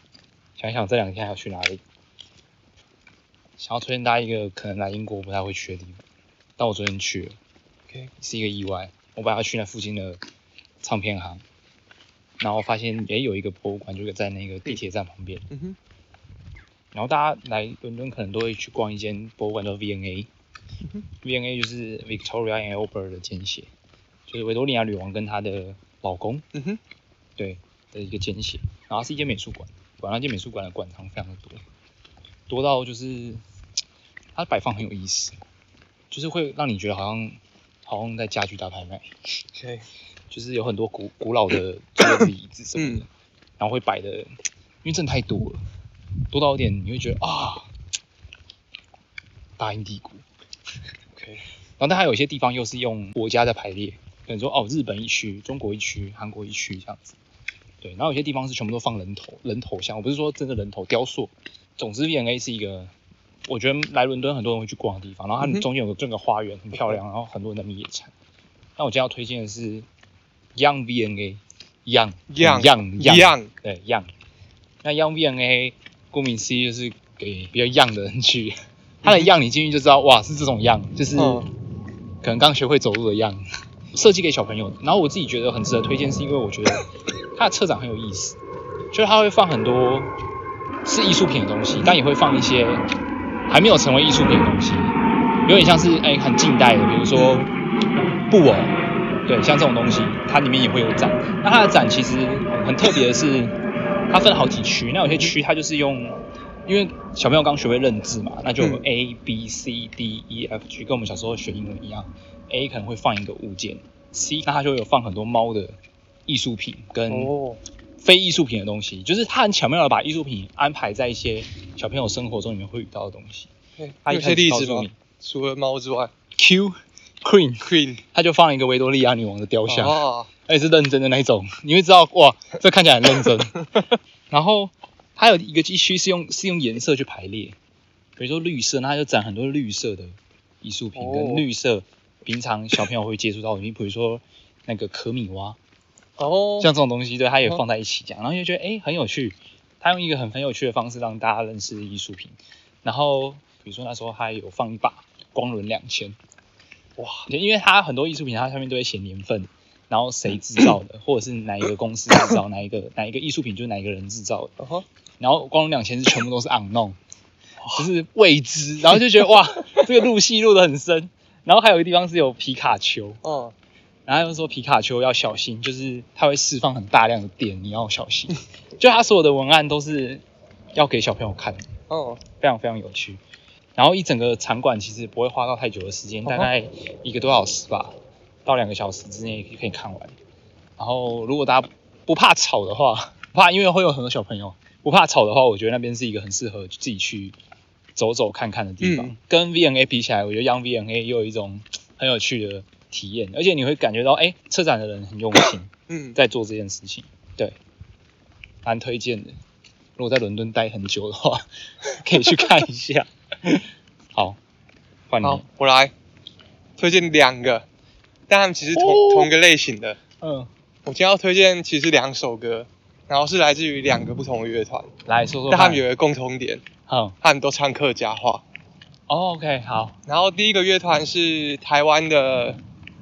想一想这两天还要去哪里。想要推荐大家一个可能来英国不太会去的地方，但我昨天去了
OK
是一个意外。我本来要去那附近的唱片行，然后发现也有一个博物馆，就在那个地铁站旁边。
嗯哼，
然后大家来伦敦可能都会去逛一间博物馆，叫 V&A。V&A 就是 Victoria and Albert 的简写，就是维多利亚女王跟她的老公
嗯哼，
对的一个简写。然后它是一间美术馆，管那间美术馆的馆藏非常的多，多到就是它的摆放很有意思，就是会让你觉得好像好像在家具大拍卖，
可以。
就是有很多古古老的桌子、椅子什么的
嗯，
然后会摆的，因为真的太多了，多到一点你会觉得啊，大英帝国。
OK，
然后但还有一些地方又是用国家在排列，可能说哦日本一区、中国一区、韩国一区这样子。对，然后有些地方是全部都放人头人头像，我不是说真的人头雕塑。总之，V&A 是一个我觉得来伦敦很多人会去逛的地方，然后它
嗯哼
中间有个整个花园很
嗯
漂亮，然后很多人在那边野餐。那我今天要推荐的是 Young V&A。Young
Young
Young
Young
对 Young，那 Young V&A 顾名思义就是给比较 Young 的人去，他的 Young 你进去就知道哇是这种 Young，就是
嗯，
可能刚学会走路的样子，设计给小朋友的。然后我自己觉得很值得推荐，是因为我觉得它的策展很有意思，就是它会放很多是艺术品的东西，但也会放一些还没有成为艺术品的东西，有点像是哎、很近代的，比如说布偶，对，像这种东西，它里面也会有展。那它的展其实很特别的是，它分好几区，那有些区它就是用。因为小朋友刚学会认字嘛，那就有
嗯
A B C D E F G，跟我们小时候学英文一样，A 可能会放一个物件，C 那它就会有放很多猫的艺术品跟
哦，
非艺术品的东西，就是它很巧妙的把艺术品安排在一些小朋友生活中里面会遇到的东西。
哎
他一
有
开始
些例
告
子
诉
吗
你？
除了猫之外
Q Queen，
，Queen，
它就放了一个维多利亚女王的雕像，
哦，
而且是认真的那一种，你会知道哇，这看起来很 认真。然后它有一个地区是用是用颜色去排列，比如说绿色，那它就展很多绿色的艺术品，
哦
跟绿色平常小朋友会接触到的，你比如说那个可米蛙，
哦，
像这种东西，对，它也放在一起讲，然后就觉得哎、诶很有趣。他用一个很很有趣的方式让大家认识艺术品，然后比如说那时候他有放一把光轮两千，
哇，
因为它很多艺术品它上面都会写年份，然后谁制造的，或者是哪一个公司制造，哪一个哪一个艺术品就是哪一个人制造的，
嗯哼，
然后光轮两千是全部都是 unknown，就是未知，然后就觉得哇，这个入戏入的很深，然后还有一个地方是有皮卡丘，
嗯，
然后他又说皮卡丘要小心，就是它会释放很大量的电，你要小心。就它所有的文案都是要给小朋友看的，
嗯，
非常非常有趣。然后一整个场馆其实不会花到太久的时间，
哦
大概一个多小时吧，到两个小时之内可以看完。然后如果大家不怕吵 的话，不怕因为会有很多小朋友，不怕吵的话，我觉得那边是一个很适合自己去走走看看的地方。
嗯
跟 V&A 比起来，我觉得 Young V&A 又有一种很有趣的体验，而且你会感觉到，哎、车展的人很用心
嗯，
在做这件事情，对，蛮推荐的。如果在伦敦待很久的话，可以去看一下。 好，换你。
好，我来推荐两个，但他们其实同、
哦
同个类型的。
嗯，
我今天要推荐其实两首歌，然后是来自于两个不同的乐团，
来说说
但他
看
们。有一个共同点，
嗯
他们都唱客家话。
哦，OK，好。
然后第一个乐团是台湾的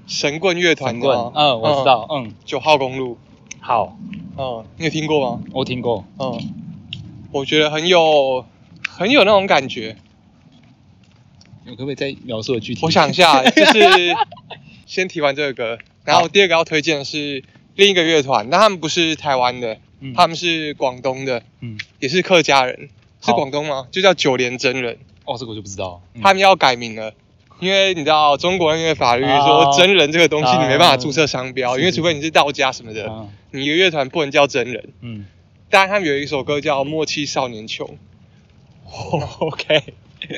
神棍乐团，
神
你知
棍
道吗，
嗯，我知，道，嗯，
九、号公路，
好，
嗯，你有听过吗？
我听过。
嗯，我觉得很有很有那种感觉。
你可不可以再描述的具体？
我想 一，下，就是先提完这个歌，然后第二个要推荐的是另一个乐团，但他们不是台湾的，
嗯
他们是广东的，
嗯，
也是客家人，是
好
广东吗？就叫九连真人，
哦，这个我就不知道。嗯
他们要改名了。因为你知道中国那边的法律
啊
说真人这个东西你没办法注册商标，
啊
因为
是
除非你是道家什么的，
啊
你一个乐团不能叫真人。
嗯
但他们有一首歌叫《默契少年 穷》，
哦，OK，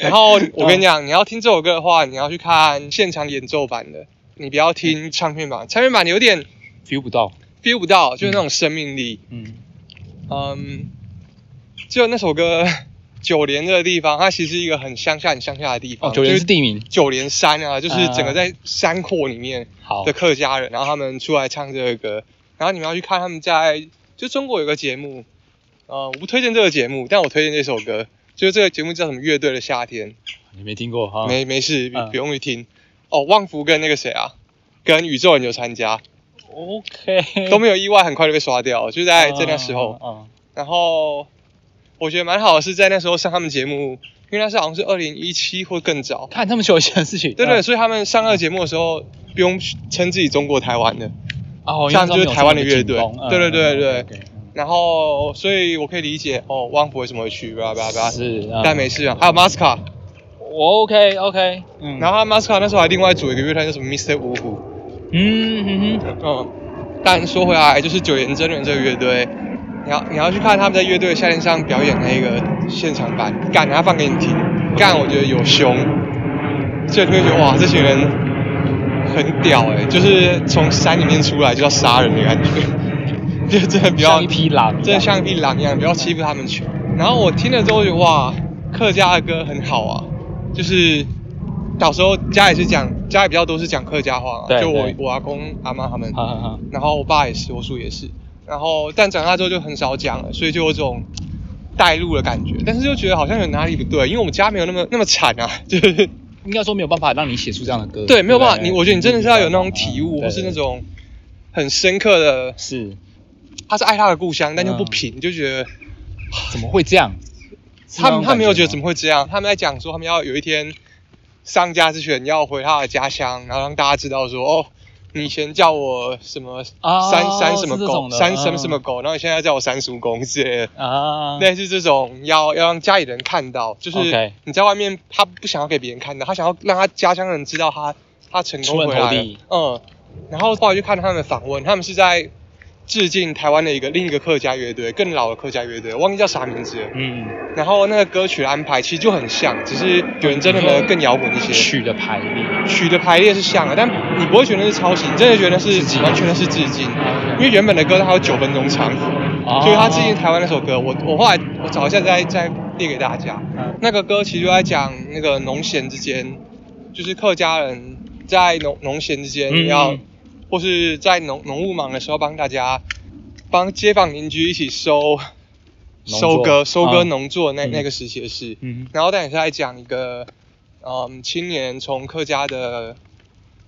然后我跟你讲，你要听这首歌的话，你要去看现场演奏版的，你不要听唱片版。唱片版有点
feel 不到。
feel 不到，就是那种生命力。
嗯
嗯，就那首歌九连这个地方，它其实是一个很乡下、很乡下的地方。
哦，九连
嗯就是
地名。
九连山啊，就是整个
嗯
在山阔里面
好
的，客家人，然后他们出来唱这个歌，然后你们要去看他们在就中国有个节目，呃，我不推荐这个节目，但我推荐这首歌，就是这个节目叫什么《乐队的夏天》。
你没听过哈？
没没事，不
嗯
不用去听。哦，旺福跟那个谁啊，跟宇宙人有参加，
，OK，
都没有意外，很快就被刷掉了，就在在那时候。
嗯，
然后我觉得蛮好的是在那时候上他们节目，因为那时候好像是二零一七或更早。
看他们球鞋的事情。
对对，
嗯，
所以他们上那个节目的时候，不用称自己中国台湾的。
哦，
像就是
因为
台湾的
他们有
乐队
进攻嗯
对对对对
嗯，OK，嗯
然后，所以我可以理解哦，旺福为什么会去，巴拉巴拉巴拉。
是，
但没
事。
事啊，还有 Masca，
我 OK OK，嗯，
然后他 Masca 那时候还另外组一个乐团叫什么 Mr. 五虎，
嗯嗯嗯
嗯，但说回来，就是九连真人这个乐队，你要你要去看他们在乐队的夏天上表演那个现场版，干，他放给你听，干，我觉得有凶，所以你会觉得哇，这群人很屌哎、就是从山里面出来就要杀人的感觉， 就真的
嗯，
不要
像一匹狼一样，
真的像一匹狼一样，不要欺负他们穷。然后我听了之后就哇，客家的歌很好啊，就是小时候家里是讲家里比较多是讲客家话、啊，
对
就我
对
我阿公阿妈他们，
哈，哈哈，
然后我爸也是，我叔也是。然后但长大之后就很少讲了，所以就有种带入的感觉，但是又觉得好像有哪里不对，因为我们家没有那么那么惨啊， 就是
应该说没有办法让你写出这样的歌。
对没有办法，
不
你我觉得你真的是要有那种
嗯
体悟，
对
或是那种很深刻的，
是
他是爱他的故乡，但又不
嗯
平，就觉得。
怎么会这样？是
他
那
们
种
他没有
感
觉得怎
吗
么会这样，他们在讲说他们要有一天上家之犬要回他的家乡，然后让大家知道说哦，你以前叫我什么
哦
三三什么
是这种
狗，
的
三
嗯
什么什么狗，然后你现在叫我三叔公之类的。
啊，
类似这种要要让家里人看到，就是
OK
你在外面，他不想要给别人看到，他想要让他家乡人知道他他成功
出人
回来
头
了
地。
嗯，然后后来就看他们的访问，他们是在致敬台湾的一个另一个客家乐队，更老的客家乐队，忘记叫啥名字了。
嗯，
然后那个歌曲的安排其实就很像，只是有人真的呢更摇滚一些，
曲的排列
曲的排列是像的，但你不会觉得是抄袭，你真的觉得是
致敬
完全的是致敬，因
OK
为原本的歌它有九分钟长，
哦
所以他致敬台湾那首歌，我我后来我找一下再再列给大家
嗯，
那个歌其实就在讲那个农闲之间，就是客家人在农农闲之间
嗯
要，或是在农农务忙的时候帮大家帮街坊邻居一起收。
农
收
作
割收割
嗯
农作那、
嗯
那个时期的事。
嗯
然后但也是在讲一个，嗯，青年从客家的，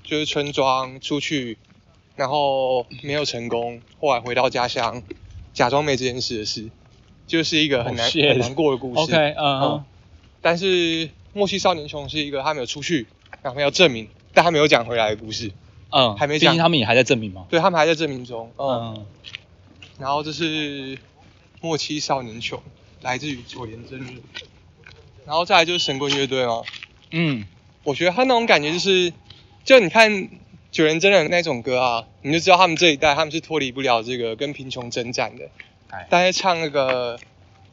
就是村庄出去，然后没有成功，后来回到家乡，假装没这件事的事，就是一个很难、
Oh, shit
很难过的故事。
，OK，嗯
嗯，但是《莫西少年穷》是一个他没有出去，然后要证明，但他没有讲回来的故事。
嗯，
还没
毕
讲
竟他们也还在证明嘛，
对他们还在证明中。嗯，
嗯，
然后这是《莫欺少年穷》，来自于九连真人。然后再来就是神棍乐队嘛，哦
嗯，
我觉得他那种感觉就是，就你看九连真人那种歌啊，你就知道他们这一代他们是脱离不了这个跟贫穷征战的
哎。
但是唱那个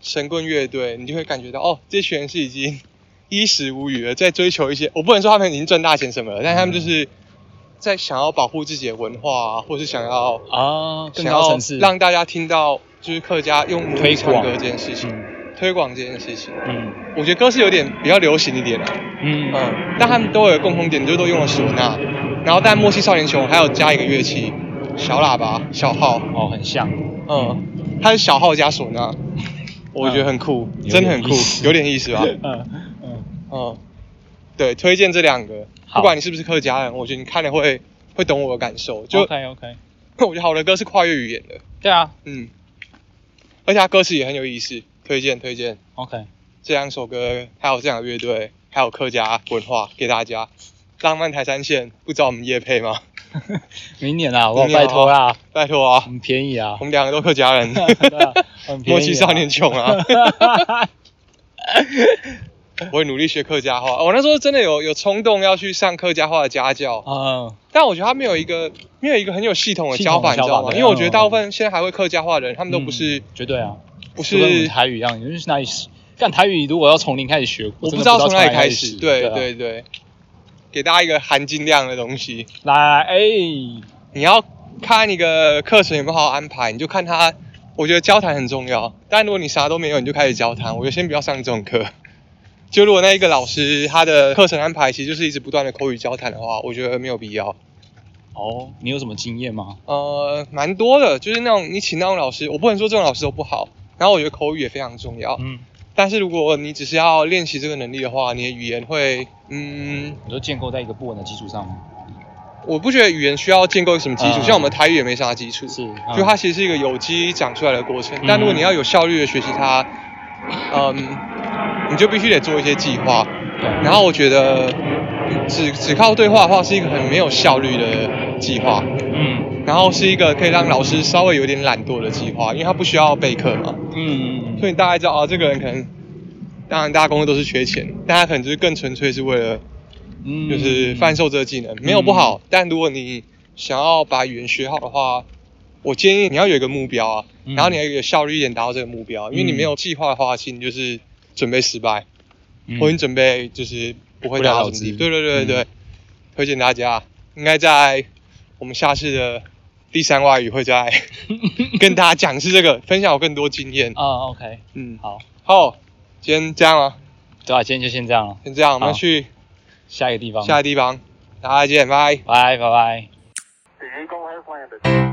神棍乐队，你就会感觉到哦，这群人是已经衣食无余了，在追求一些，我不能说他们已经赚大钱什么了，但他们就是在想要保护自己的文化、啊，或是想要
啊，更
想
高
要
层次，
让大家听到就是客家用母
推
语唱
广
歌这件事情，
嗯
推广这件事情，
嗯
我觉得歌是有点比较流行一点啊，
嗯嗯
嗯，但他们都有共同点，就是都用了唢呐，然后但莫西少年穷还有加一个乐器，小喇叭、小号，
哦，很像，
嗯，它是小号加唢呐，我觉得很酷，
嗯
真的很酷
有点意，思
有点意 思吧？
嗯嗯，
嗯，对，推荐这两个，
好
不管你是不是客家人，我觉得你看了会会懂我的感受。就
OK OK，
我觉得好的歌是跨越语言的，
对啊
嗯，而且它歌词也很有意思，推荐推荐
，OK，
这两首歌，还有这两个乐队，还有客家文化给大家。浪漫台山线不找我们夜配吗？
明年啊，我
明年啊
拜托 啦，
拜托啊，
很便宜啊
我，们两个都客家 人，
对啊很便宜啊
默契少年穷啊。我会努力学客家话。哦我那时候真的有有冲动要去上客家话的家 教，
嗯，
但我觉得他没有一个没有一个很有系统的教法，
系统的教
你知
法
道吗？
对
因为我觉得大部分现在还会客家话的人，他们都不是
嗯绝对啊，
不
就跟我们
是，
台语一样，就是哪里干台语，如果要从零开始学，
我
真的不
不知道从哪里开
开
始。对
啊
对对，给大家一个含金量的东西，
来，哎，
你要看一个课程有没有好好安排，你就看他。我觉得交谈很重要，但如果你啥都没有，你就开始交谈，我就先不要上这种课。 就如果那一个老师他的课程安排其实就是一直不断的口语交谈的话，我觉得没有必要。
哦，你有什么经验吗？
呃，蛮多的，就是那种你请那种老师，我不能说这种老师都不好。然后我觉得口语也非常重要，
嗯，
但是如果你只是要练习这个能力的话，你的语言会，嗯，
你说建构在一个不稳的基础上吗？
我不觉得语言需要建构什么基础，
嗯
像我们台语也没啥基础，
是，
就
嗯
它其实是一个有机长出来的过程。但如果你要有效率的学习它，嗯，你就必须得做一些计划。
对
然后我觉得只只靠对话的话是一个很没有效率的计划。
嗯
然后是一个可以让老师稍微有点懒惰的计划，因为他不需要备课嘛，
嗯嗯嗯，
所以你大概知道啊，这个人可能，当然大家工作都是缺钱，但他可能就是更纯粹是为了
嗯
就是贩售这个技能，没有不好，但如果你想要把语言学好的话，我建议你要有一个目标啊，
嗯
然后你要有效率一点达到这个目标，因为你没有计划的话，其实你就是准备失败，
嗯
或者你准备就是不会达到什么地步。
不了
对
了之
对对对对，
嗯
推荐大家应该在我们下次的第三外语会再
嗯
跟大家讲是这个，分享我更多经验。
啊，OK，
嗯，
好，
好，今天这样吗？
对啊，今天就先这样了，
先这样，我们
好
去
下一个地方，
下个地方，大家再见，拜。
拜拜拜。
The Eagle has landed.